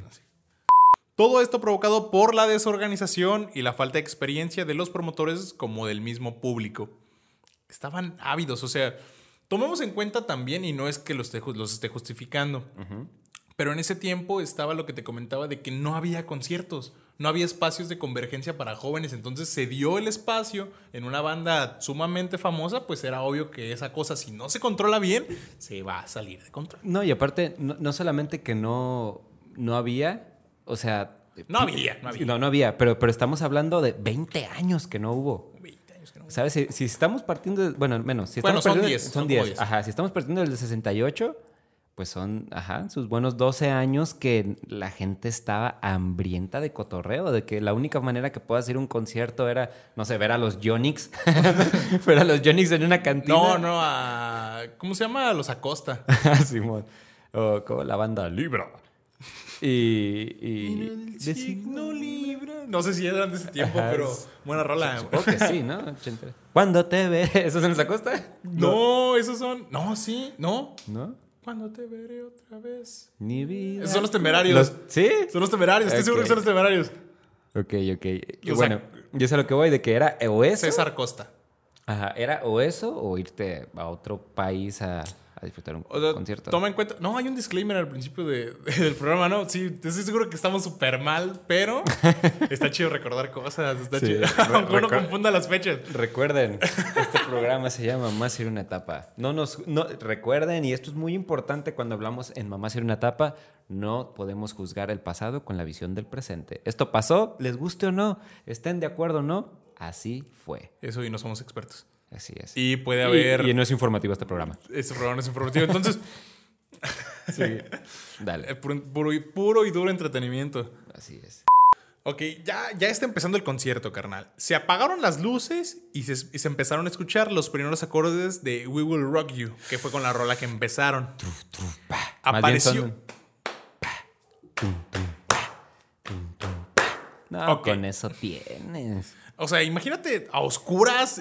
Speaker 1: Todo esto provocado por la desorganización y la falta de experiencia de los promotores como del mismo público. Estaban ávidos, o sea, tomemos en cuenta también, y no es que los esté, ju- los esté justificando, pero en ese tiempo estaba lo que te comentaba de que no había conciertos, no había espacios de convergencia para jóvenes, entonces se dio el espacio en una banda sumamente famosa, pues era obvio que esa cosa, si no se controla bien, se va a salir de control.
Speaker 3: No, y aparte, no, no solamente que no, no había, o sea.
Speaker 1: No había, no había.
Speaker 3: No, no había, pero, pero estamos hablando de 20 años que no hubo.
Speaker 1: 20 años que no-
Speaker 3: ¿Sabes? Si, si estamos partiendo. de- bueno, menos. Si
Speaker 1: Bueno,
Speaker 3: estamos
Speaker 1: son
Speaker 3: partiendo de-
Speaker 1: 10, son
Speaker 3: Son
Speaker 1: como
Speaker 3: 10.
Speaker 1: 10.
Speaker 3: Ajá. Si estamos partiendo del 68, pues son, ajá, sus buenos 12 años que la gente estaba hambrienta de cotorreo. De que la única manera que puedas ir a un concierto era, no sé, ver a los Yonix. (laughs) ver a los Yonix en una cantina.
Speaker 1: No,
Speaker 3: (laughs)
Speaker 1: no,
Speaker 3: Ah,
Speaker 1: a. ¿Cómo se llama? A los Acosta.
Speaker 3: Simón. O como la banda Libra. Y. y de-
Speaker 1: libre. No sé si ya eran de ese tiempo,
Speaker 3: Ajá,
Speaker 1: pero
Speaker 3: es-
Speaker 1: buena rola.
Speaker 3: Supongo que sí, ¿no? 80. ¿Cuándo te ve? (laughs) ¿Eso se nos
Speaker 1: (laughs)
Speaker 3: acosta?
Speaker 1: No, esos son. No, sí, no.
Speaker 3: ¿No?
Speaker 1: Cuando te veré otra vez.
Speaker 3: Ni vida.
Speaker 1: Esos son los temerarios.
Speaker 3: Los- ¿Sí?
Speaker 1: Son los temerarios, estoy seguro que son los temerarios.
Speaker 3: Ok, ok. Y
Speaker 1: O sea-
Speaker 3: bueno, yo sé lo que voy de que era o eso.
Speaker 1: César Costa.
Speaker 3: Ajá, era o eso o irte a otro país a, a disfrutar un
Speaker 1: O sea,
Speaker 3: concierto.
Speaker 1: toma en cuenta. No, hay un disclaimer al principio de- del programa, ¿no? Sí, te estoy seguro que estamos súper mal,
Speaker 3: (laughs)
Speaker 1: pero está chido recordar cosas. Está
Speaker 3: Sí,
Speaker 1: chido.
Speaker 3: re-
Speaker 1: Aunque (laughs) uno
Speaker 3: recu-
Speaker 1: confunda las fechas.
Speaker 3: Recuerden, este programa se llama Mamás ir una etapa. No nos no recuerden y esto es muy importante cuando hablamos en Mamás ir una etapa, no podemos juzgar el pasado con la visión del presente. Esto pasó, les guste o no, estén de acuerdo o no, así fue.
Speaker 1: Eso y no somos expertos.
Speaker 3: Así es.
Speaker 1: Y puede haber.
Speaker 3: y no es informativo este programa.
Speaker 1: Este programa no es informativo. Entonces,
Speaker 3: Sí.
Speaker 1: eh,
Speaker 3: Dale.
Speaker 1: puro, puro y- puro y duro entretenimiento.
Speaker 3: Así es.
Speaker 1: Ok, ya, ya está empezando el concierto, carnal. Se apagaron las luces y se, y se empezaron a escuchar los primeros acordes de We Will Rock You, que fue con la rola que empezaron.
Speaker 3: Más
Speaker 1: Apareció.
Speaker 3: bien son- No,
Speaker 1: Ok.
Speaker 3: con eso tienes.
Speaker 1: O sea, imagínate a oscuras,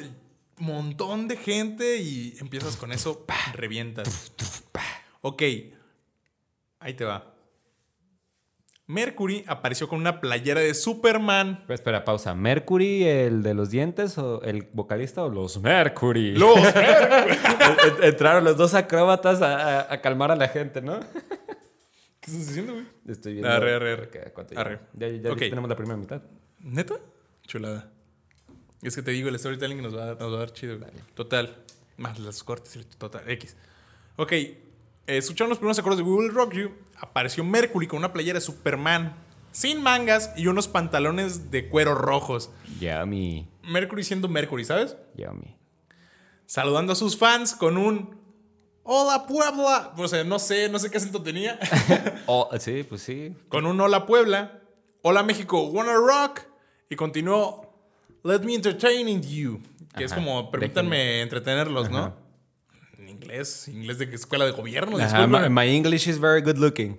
Speaker 1: montón de gente y empiezas con eso, revientas. Ok, ahí te va. Mercury apareció con una playera de Superman.
Speaker 3: (laughs) Pues espera, pausa. ¿Mercury, el de los dientes, o el vocalista, o los Mercury?
Speaker 1: Los
Speaker 3: (laughs) En- en- Entraron los dos acróbatas a, a- a calmar a la gente, ¿no?
Speaker 1: ¿Qué estás diciendo, güey?
Speaker 3: Estoy viendo.
Speaker 1: Arre, arre, arre.
Speaker 3: Ok, ¿cuánto lleva?
Speaker 1: Arre.
Speaker 3: Ya, ya- ya
Speaker 1: Ok.
Speaker 3: tenemos la primera mitad.
Speaker 1: ¿Neta? Chulada. Es que te digo, el storytelling nos va a dar, nos va a dar chido. güey. Total. Más los cortes, el total. X. Ok. eh, escucharon los primeros acordes de We Will Rock You. Apareció Mercury con una playera de Superman. Sin mangas y unos pantalones de cuero rojos.
Speaker 3: Yummy.
Speaker 1: Mercury siendo Mercury, ¿sabes?
Speaker 3: Yummy.
Speaker 1: Saludando a sus fans con un... ¡Hola, Puebla! O sea, no sé, no sé qué acento tenía.
Speaker 3: Oh, sí, pues sí.
Speaker 1: con un Hola Puebla, Hola México, Wanna Rock, y continuó Let me entertaining you, que es
Speaker 3: Ajá,
Speaker 1: como permítanme entretenerlos, ¿no? En inglés, inglés de escuela de gobierno,
Speaker 3: Ajá, my,
Speaker 1: disculpa.
Speaker 3: my English is very good looking.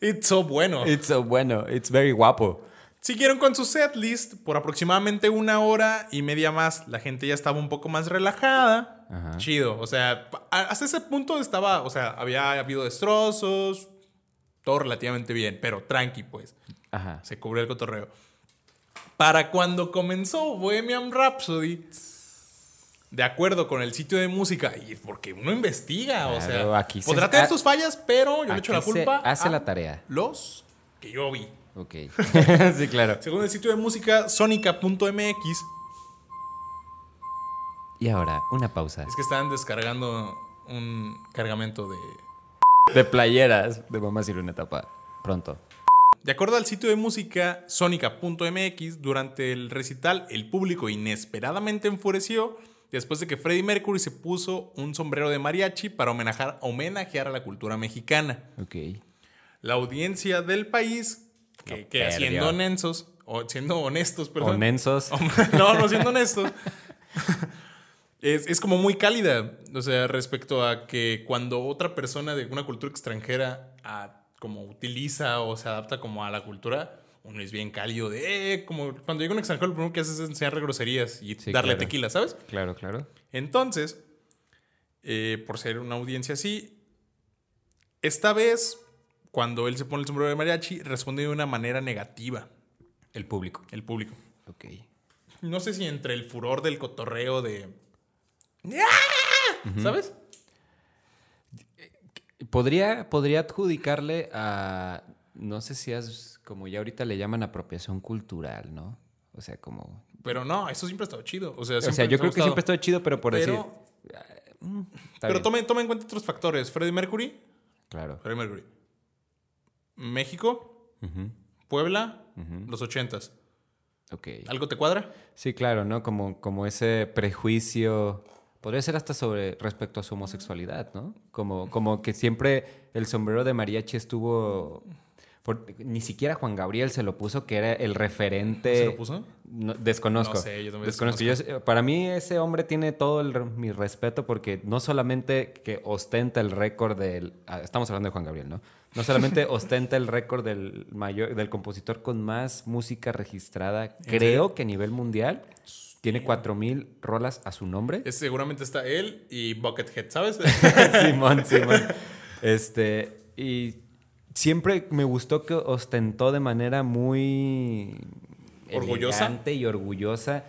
Speaker 1: It's so bueno.
Speaker 3: It's uh, bueno, it's very guapo.
Speaker 1: Siguieron con su setlist por aproximadamente una hora y media más. La gente ya estaba un poco más relajada.
Speaker 3: Ajá.
Speaker 1: Chido. O sea, pa- a- hasta ese punto estaba, o sea, había habido destrozos, todo relativamente bien, pero tranqui, pues.
Speaker 3: Ajá.
Speaker 1: Se cubrió el cotorreo. Para cuando comenzó Bohemian Rhapsody, de acuerdo con el sitio de música, y porque uno investiga, o
Speaker 3: Claro,
Speaker 1: sea,
Speaker 3: aquí se-
Speaker 1: podrá tener
Speaker 3: ah,
Speaker 1: sus fallas, pero yo le
Speaker 3: aquí
Speaker 1: echo la
Speaker 3: se
Speaker 1: culpa
Speaker 3: hace
Speaker 1: a
Speaker 3: la tarea.
Speaker 1: los que yo vi.
Speaker 3: Ok. (laughs) sí, claro.
Speaker 1: Según el sitio de música sonica.mx,
Speaker 3: Y ahora, una pausa.
Speaker 1: es que estaban descargando un cargamento de...
Speaker 3: De playeras de mamá sirve una tapa. Pronto.
Speaker 1: De acuerdo al sitio de música sonica.mx, durante el recital el público inesperadamente enfureció después de que Freddie Mercury se puso un sombrero de mariachi para homenajar- homenajear a la cultura mexicana.
Speaker 3: Ok.
Speaker 1: La audiencia del país, que,
Speaker 3: No
Speaker 1: que
Speaker 3: perdió.
Speaker 1: siendo nensos, o siendo honestos, perdón.
Speaker 3: Onensos.
Speaker 1: no, no siendo honestos. Es, es como muy cálida, o sea, respecto a que cuando otra persona de una cultura extranjera ah, como utiliza o se adapta como a la cultura, uno es bien cálido de, eh, como cuando llega un extranjero lo primero que haces es enseñarle groserías y
Speaker 3: Sí,
Speaker 1: darle
Speaker 3: claro.
Speaker 1: tequila, ¿sabes?
Speaker 3: Claro, claro.
Speaker 1: Entonces, eh, por ser una audiencia así, esta vez, cuando él se pone el sombrero de mariachi, responde de una manera negativa
Speaker 3: El público.
Speaker 1: el público.
Speaker 3: Ok.
Speaker 1: No sé si entre el furor del cotorreo de...
Speaker 3: ¡Ah!
Speaker 1: ¿Sabes?
Speaker 3: Podría, podría adjudicarle a. No sé si es como ya ahorita le llaman apropiación cultural, ¿no? O sea, como.
Speaker 1: Pero no, eso siempre ha estado chido. O sea,
Speaker 3: o sea, yo creo que siempre
Speaker 1: está
Speaker 3: estoy chido, pero por
Speaker 1: Pero-
Speaker 3: decir. mm, está
Speaker 1: Pero
Speaker 3: bien.
Speaker 1: tome, tome en cuenta otros factores. Freddie Mercury.
Speaker 3: Claro.
Speaker 1: Freddie Mercury. México.
Speaker 3: Ujú,
Speaker 1: Puebla.
Speaker 3: ujú.
Speaker 1: Los ochentas.
Speaker 3: Ok.
Speaker 1: ¿Algo te cuadra?
Speaker 3: Sí, claro, ¿no? Como, como ese prejuicio. Podría ser hasta sobre respecto a su homosexualidad, ¿no? Como, como que siempre el sombrero de mariachi estuvo Por- ni siquiera Juan Gabriel se lo puso, que era el referente.
Speaker 1: ¿Se lo puso?
Speaker 3: No, desconozco.
Speaker 1: No sé, yo también
Speaker 3: desconozco. Yo- para mí ese hombre tiene todo el re- mi respeto porque no solamente que ostenta el récord del... ah, estamos hablando de Juan Gabriel, ¿no?
Speaker 1: (laughs)
Speaker 3: No solamente ostenta el récord del, mayor, del compositor con más música registrada, creo que a nivel mundial. Tiene 4.000 rolas a su nombre.
Speaker 1: Es- seguramente está él y Buckethead,
Speaker 3: (laughs)
Speaker 1: ¿sabes? (laughs)
Speaker 3: Simón, Simón. Este, y siempre me gustó que ostentó de manera muy
Speaker 1: Orgullosa.
Speaker 3: elegante y orgullosa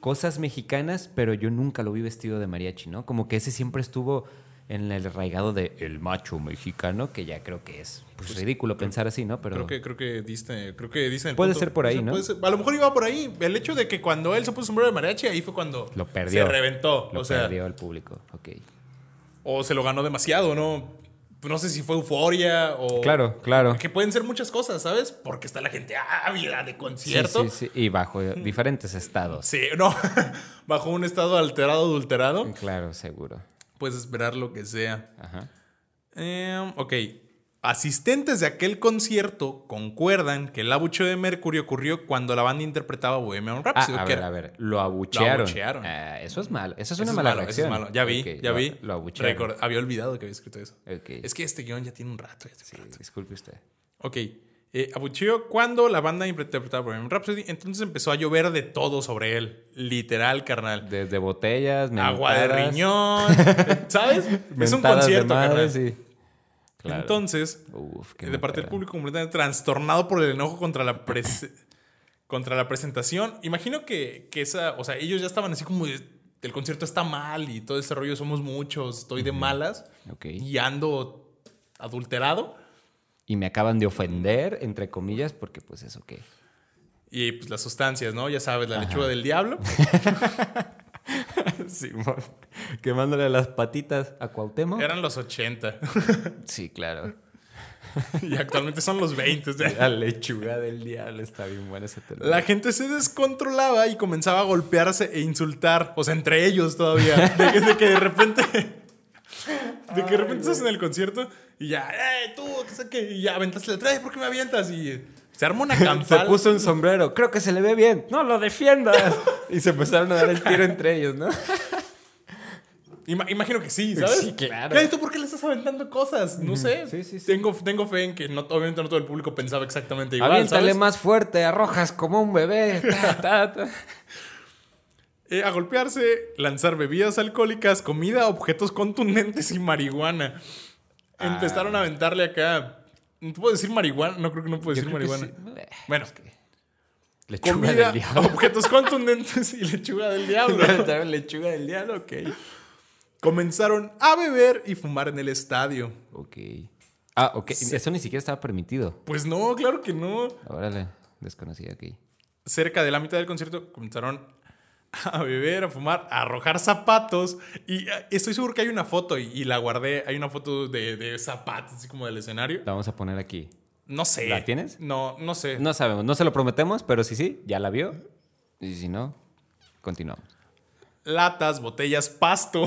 Speaker 3: cosas mexicanas, pero yo nunca lo vi vestido de mariachi, ¿no? Como que ese siempre estuvo en el arraigado de el macho mexicano, que ya creo que es pues, ridículo pensar así, ¿no? Pero
Speaker 1: Creo que, creo que diste, creo que diste en el
Speaker 3: Puede
Speaker 1: punto.
Speaker 3: ser por ahí, ¿no?
Speaker 1: puede ser- a lo mejor iba por ahí. El hecho de que cuando él se puso sombrero de mariachi, ahí fue cuando
Speaker 3: lo perdió.
Speaker 1: se reventó.
Speaker 3: Lo
Speaker 1: o sea,
Speaker 3: perdió el público, ok.
Speaker 1: o se lo ganó demasiado, ¿no? No sé si fue euforia o.
Speaker 3: Claro, claro.
Speaker 1: Que pueden ser muchas cosas, ¿sabes? Porque está la gente ávida de
Speaker 3: Sí,
Speaker 1: concierto.
Speaker 3: Sí, sí,
Speaker 1: (laughs)
Speaker 3: Y bajo diferentes estados.
Speaker 1: Sí, no. (laughs) Bajo un estado alterado, adulterado.
Speaker 3: Claro, seguro.
Speaker 1: Puedes esperar lo que sea.
Speaker 3: Ajá.
Speaker 1: Em, ok. Asistentes de aquel concierto concuerdan que el abucheo de Mercury ocurrió cuando la banda interpretaba Bohemian
Speaker 3: Ah,
Speaker 1: Rhapsody.
Speaker 3: a
Speaker 1: que
Speaker 3: ver,
Speaker 1: era-
Speaker 3: a ver, lo abuchearon.
Speaker 1: Lo abuchearon.
Speaker 3: Ah, eso es malo, eso es
Speaker 1: Eso
Speaker 3: una
Speaker 1: es
Speaker 3: mala
Speaker 1: malo, eso es
Speaker 3: reacción.
Speaker 1: malo. Ya vi,
Speaker 3: Ok,
Speaker 1: ya
Speaker 3: lo-
Speaker 1: vi.
Speaker 3: Lo abuchearon.
Speaker 1: Record- había olvidado que había escrito eso.
Speaker 3: Ok.
Speaker 1: Es que este guión ya tiene un rato. ya tiene un rato.
Speaker 3: Disculpe usted.
Speaker 1: Ok. Eh, abucheo cuando la banda interpretaba Bohemian Rhapsody. Entonces empezó a llover de todo sobre él. Literal, carnal.
Speaker 3: Desde botellas,
Speaker 1: Agua de
Speaker 3: mentadas,
Speaker 1: riñón.
Speaker 3: (laughs)
Speaker 1: ¿Sabes? es un
Speaker 3: mentadas de
Speaker 1: concierto,
Speaker 3: madre,
Speaker 1: carnal.
Speaker 3: sí. Claro.
Speaker 1: Entonces,
Speaker 3: Uf, qué
Speaker 1: de parte del
Speaker 3: mentira.
Speaker 1: público completamente trastornado por el enojo contra la pres- contra la presentación. Imagino que, que esa, o sea, ellos ya estaban así como de, el concierto está mal y todo ese rollo somos muchos, estoy de malas
Speaker 3: Ok.
Speaker 1: y ando adulterado
Speaker 3: Y me acaban de ofender, entre comillas, porque pues eso
Speaker 1: (laughs)
Speaker 3: qué.
Speaker 1: y pues las sustancias, ¿no? Ya sabes, la lechuga del diablo.
Speaker 3: (laughs) Simón, quemándole las patitas a Cuauhtémoc.
Speaker 1: Eran los 80
Speaker 3: Sí, claro.
Speaker 1: (laughs) y actualmente son los 20. o sea.
Speaker 3: La lechuga del diablo está bien buena ese término.
Speaker 1: (laughs) La gente se descontrolaba y comenzaba a golpearse e insultar. O sea, entre ellos todavía. De que de, que de repente. De que de repente estás en el concierto y ya, ¡eh, tú! ¿Qué sé qué", Y ya aventaste la trae, ¿por qué me avientas? Y eh, (laughs) se armó una
Speaker 3: Se
Speaker 1: campal.
Speaker 3: puso un sombrero. Creo que se le ve bien. No lo defiendas. (laughs) y se empezaron a dar el tiro entre ellos, ¿no?
Speaker 1: Ima- imagino que sí, ¿sabes?
Speaker 3: Sí, claro.
Speaker 1: Claro, ¿y tú por qué le estás aventando cosas? No sé.
Speaker 3: Sí, sí, sí.
Speaker 1: Tengo, tengo fe en que no, obviamente no todo el público pensaba exactamente igual.
Speaker 3: Aviéntale
Speaker 1: ¿sabes?
Speaker 3: más fuerte, arrojas como un bebé. Ta, (laughs) ta, ta.
Speaker 1: Eh, a golpearse, lanzar bebidas alcohólicas, comida, objetos contundentes y marihuana.
Speaker 3: Ah.
Speaker 1: Empezaron a aventarle acá. ¿No puedo decir marihuana? No creo que no puedo
Speaker 3: Yo
Speaker 1: decir
Speaker 3: creo que
Speaker 1: marihuana.
Speaker 3: sí. Eh,
Speaker 1: Bueno,
Speaker 3: es que- Lechuga
Speaker 1: comida,
Speaker 3: del (laughs) diablo.
Speaker 1: objetos contundentes y lechuga del diablo.
Speaker 3: Aventar lechuga del diablo, ok.
Speaker 1: Comenzaron a beber y fumar en el estadio.
Speaker 3: Ok. Ah, ok. Eso ni siquiera estaba permitido.
Speaker 1: Pues no, claro que no.
Speaker 3: Órale, desconocida aquí.
Speaker 1: Cerca de la mitad del concierto comenzaron a beber, a fumar, a arrojar zapatos. Y eh, estoy seguro que hay una foto y, y la guardé. Hay una foto de, de zapatos, así como del escenario.
Speaker 3: La vamos a poner aquí.
Speaker 1: No sé.
Speaker 3: ¿La tienes?
Speaker 1: No, no sé.
Speaker 3: No sabemos, no se lo prometemos, pero si sí, ya la vio. Y si no, continuamos.
Speaker 1: Latas, botellas,
Speaker 3: (laughs)
Speaker 1: pasto.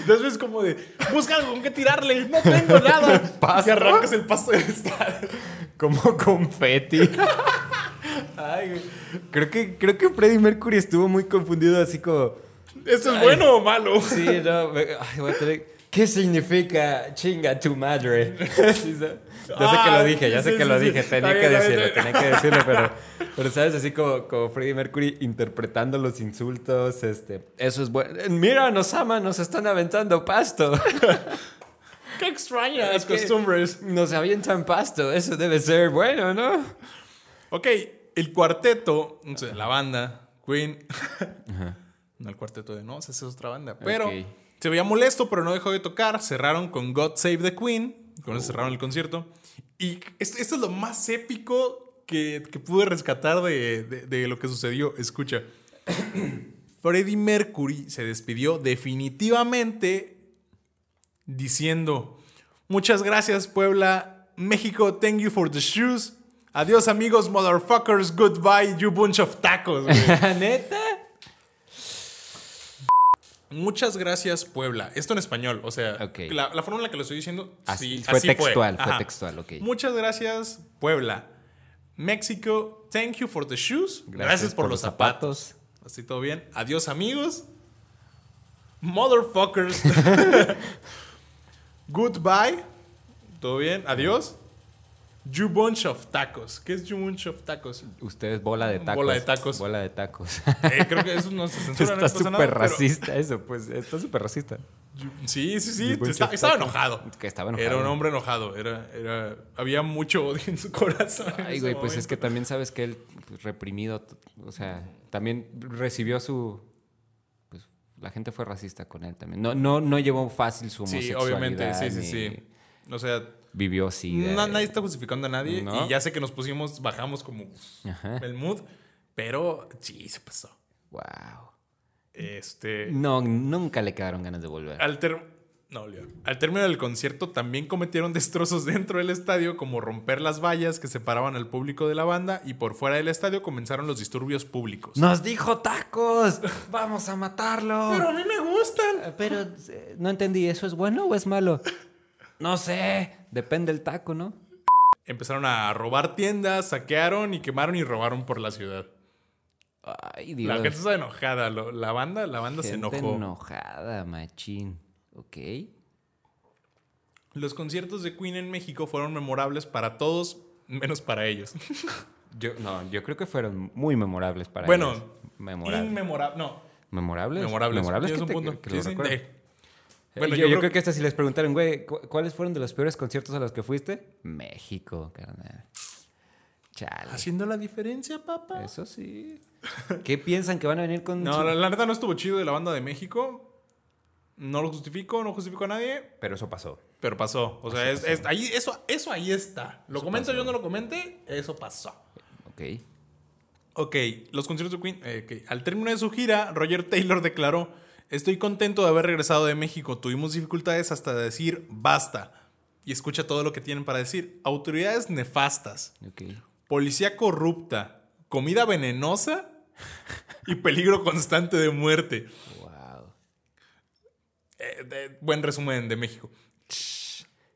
Speaker 1: Entonces es como de, busca algo con qué tirarle. No tengo nada.
Speaker 3: ¿Pasto?
Speaker 1: Y arrancas el pasto del estadio.
Speaker 3: Como confeti. Ay, güey. creo que, creo que Freddie Mercury estuvo muy confundido, así como.
Speaker 1: ¿Esto es bueno o malo?
Speaker 3: Sí, no. me- ay, voy a tener- ¿Qué significa chinga tu madre? (laughs) Sí, ¿sabes? ya sé que
Speaker 1: Ah,
Speaker 3: lo dije, ya sé
Speaker 1: sí,
Speaker 3: que
Speaker 1: sí,
Speaker 3: lo
Speaker 1: sí.
Speaker 3: dije,
Speaker 1: Está
Speaker 3: tenía
Speaker 1: bien,
Speaker 3: que
Speaker 1: está bien,
Speaker 3: decirlo,
Speaker 1: está
Speaker 3: tenía que decirlo,
Speaker 1: (laughs)
Speaker 3: pero, pero sabes, así como, como Freddie Mercury interpretando los insultos, este, eso es bueno. Mira, nos aman, nos están aventando pasto. (laughs)
Speaker 1: Qué extraña las
Speaker 3: Es que-
Speaker 1: costumbres.
Speaker 3: Nos avientan pasto, eso debe ser bueno, ¿no?
Speaker 1: Ok, el cuarteto, o sea, la banda, Queen. No el cuarteto de no, esa es otra banda. Pero
Speaker 3: Ok.
Speaker 1: se veía molesto, pero no dejó de tocar. Cerraron con God Save the Queen. Con eso cerraron el concierto. Y esto, esto es lo más épico que, que pude rescatar de, de- de lo que sucedió. Escucha. (coughs) Freddie Mercury se despidió definitivamente diciendo: Muchas gracias, Puebla, México, thank you for the shoes. Adiós, amigos, motherfuckers,
Speaker 3: (laughs)
Speaker 1: goodbye, you bunch of tacos. güey.
Speaker 3: ¿Neta?
Speaker 1: Muchas gracias, Puebla. Esto en español, o sea,
Speaker 3: Ok.
Speaker 1: la, la forma en la que lo estoy diciendo
Speaker 3: Así-
Speaker 1: sí,
Speaker 3: fue
Speaker 1: así
Speaker 3: textual, fue
Speaker 1: Ajá.
Speaker 3: textual, ok.
Speaker 1: Muchas gracias, Puebla. México, thank you for the shoes. Gracias, por, los zapatos. Así todo bien. Adiós, amigos. Motherfuckers. Goodbye. Todo bien. Adiós. You bunch of tacos. ¿Qué es you bunch of tacos?
Speaker 3: Ustedes bola de tacos.
Speaker 1: Bola de tacos.
Speaker 3: Bola de tacos.
Speaker 1: Eh, creo que eso no se censura. no
Speaker 3: (laughs) está
Speaker 1: pasa nada,
Speaker 3: súper
Speaker 1: pero-
Speaker 3: racista eso, pues. Está súper racista.
Speaker 1: Sí, sí,
Speaker 3: You
Speaker 1: sí.
Speaker 3: bunch
Speaker 1: está-
Speaker 3: of
Speaker 1: estaba
Speaker 3: tacos.
Speaker 1: enojado.
Speaker 3: Que estaba enojado.
Speaker 1: Era un hombre enojado. Era, era, había mucho odio en su corazón. en
Speaker 3: Ay,
Speaker 1: ese
Speaker 3: güey, pues es
Speaker 1: momento.
Speaker 3: que también sabes que él, pues, reprimido, t- o sea, también recibió su... Pues la gente fue racista con él también. No, no, no llevó fácil su
Speaker 1: Sí,
Speaker 3: homosexualidad.
Speaker 1: obviamente. Sí, sí,
Speaker 3: ni
Speaker 1: sí. O sea,
Speaker 3: Vivió así.
Speaker 1: na- nadie está justificando a nadie.
Speaker 3: No.
Speaker 1: Y ya sé que nos pusimos, bajamos como
Speaker 3: Ajá.
Speaker 1: el mood. Pero sí, se pasó.
Speaker 3: Wow.
Speaker 1: Este.
Speaker 3: No, nunca le quedaron ganas de volver.
Speaker 1: Al ter- no, Leo. Al término del concierto también cometieron destrozos dentro del estadio, como romper las vallas que separaban al público de la banda, y por fuera del estadio comenzaron los disturbios públicos.
Speaker 3: ¡Nos dijo tacos! ¡Vamos a matarlo!
Speaker 1: Pero a mí me gustan.
Speaker 3: Pero eh, no entendí, ¿eso es bueno o es malo? No sé. Depende el taco, ¿no?
Speaker 1: Empezaron a robar tiendas, saquearon y quemaron y robaron por la ciudad.
Speaker 3: Ay,
Speaker 1: La
Speaker 3: Dios.
Speaker 1: gente está enojada. lo- la banda, la banda se
Speaker 3: Gente
Speaker 1: enojó.
Speaker 3: enojada, machín. Ok.
Speaker 1: Los conciertos de Queen en México fueron memorables para todos, menos para ellos.
Speaker 3: Yo, no, yo creo que fueron muy memorables para
Speaker 1: bueno,
Speaker 3: ellos. Memorables.
Speaker 1: inmemorab- No,
Speaker 3: ¿Memorables?
Speaker 1: memorables.
Speaker 3: Pues, ¿Memorables
Speaker 1: Tienes
Speaker 3: que
Speaker 1: un
Speaker 3: te-
Speaker 1: punto.
Speaker 3: que lo
Speaker 1: Tienes un-
Speaker 3: recuerdo.
Speaker 1: eh. Bueno,
Speaker 3: yo, yo creo, que hasta si les preguntaron, güey, ¿cu- ¿cuáles fueron de los peores conciertos a los que fuiste? México, carnal. Chale.
Speaker 1: Haciendo la diferencia, papá.
Speaker 3: Eso sí. ¿Qué piensan que van a venir con.?
Speaker 1: No,
Speaker 3: su-
Speaker 1: la, la neta no estuvo chido de la banda de México. No lo justifico, no justifico a nadie,
Speaker 2: Pero eso pasó.
Speaker 1: pero pasó. O sea, es, es- ahí, eso, eso ahí está. Lo comento yo, no lo comente, eso pasó.
Speaker 3: Ok.
Speaker 1: Ok, los conciertos de Queen. eh, ok. Al término de su gira, Roger Taylor declaró: Estoy contento de haber regresado de México. Tuvimos dificultades hasta decir basta. Y escucha todo lo que tienen para decir: autoridades nefastas,
Speaker 3: Ok.
Speaker 1: policía corrupta, comida venenosa y peligro constante de muerte.
Speaker 3: Wow.
Speaker 1: Eh, de- buen resumen de México.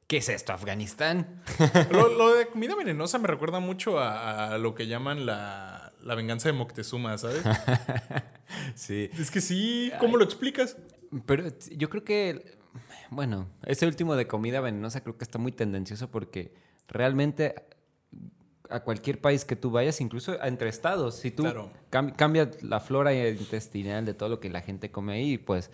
Speaker 3: ¿Qué es esto, Afganistán?
Speaker 1: Lo, lo de comida venenosa me recuerda mucho a, a lo que llaman la, la venganza de Moctezuma,
Speaker 3: (laughs)
Speaker 1: ¿sabes?
Speaker 3: Sí.
Speaker 1: es que sí, ¿cómo lo explicas?
Speaker 3: Pero t- yo creo que. Bueno, este último de comida venenosa creo que está muy tendencioso porque realmente a cualquier país que tú vayas, incluso a entre estados, si tú
Speaker 1: Claro.
Speaker 3: cam- cambias la flora intestinal de todo lo que la gente come ahí, pues.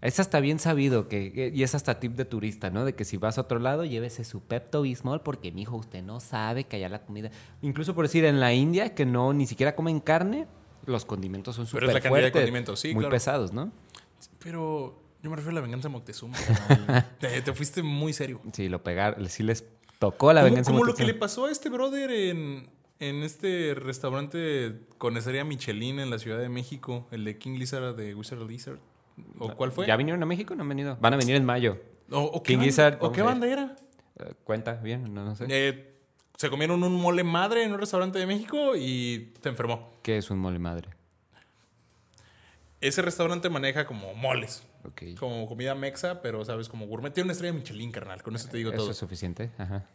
Speaker 3: Es hasta bien sabido que, que- y es hasta tip de turista, ¿no? De que si vas a otro lado, llévese su Pepto Bismol porque, mijo, usted no sabe que allá la comida. Incluso por decir, en la India, que no ni siquiera comen carne, los condimentos son
Speaker 1: Pero
Speaker 3: súper
Speaker 1: es la
Speaker 3: fuertes.
Speaker 1: cantidad de condimentos, sí,
Speaker 3: Muy
Speaker 1: claro.
Speaker 3: pesados, ¿no?
Speaker 1: Pero yo me refiero a la venganza de Moctezuma.
Speaker 3: (laughs)
Speaker 1: carnal. te, te fuiste muy serio.
Speaker 3: Sí, lo pegar, sí les tocó la
Speaker 1: Como-
Speaker 3: venganza.
Speaker 1: como lo que
Speaker 3: Moctezuma.
Speaker 1: le pasó a este brother en, en este restaurante con estrella Michelin en la Ciudad de México, el de King Lizard de Wizard Lizard. ¿O cuál fue?
Speaker 3: ¿Ya vinieron a México? No han venido. Van a venir en mayo.
Speaker 1: ¿O, o qué
Speaker 3: King
Speaker 1: ban-
Speaker 3: Lizard,
Speaker 1: ¿o
Speaker 3: vamos
Speaker 1: qué
Speaker 3: a ir.
Speaker 1: banda era?
Speaker 3: Eh, Cuenta bien, no, no sé.
Speaker 1: Eh, se comieron un mole madre en un restaurante de México y se enfermó.
Speaker 3: ¿Qué es un mole madre?
Speaker 1: Ese restaurante maneja como moles.
Speaker 3: Ok.
Speaker 1: Como comida mexa, pero sabes, como gourmet. Tiene una estrella Michelin, carnal. Con eso te digo
Speaker 3: ¿Eso
Speaker 1: todo.
Speaker 3: es suficiente? Ajá.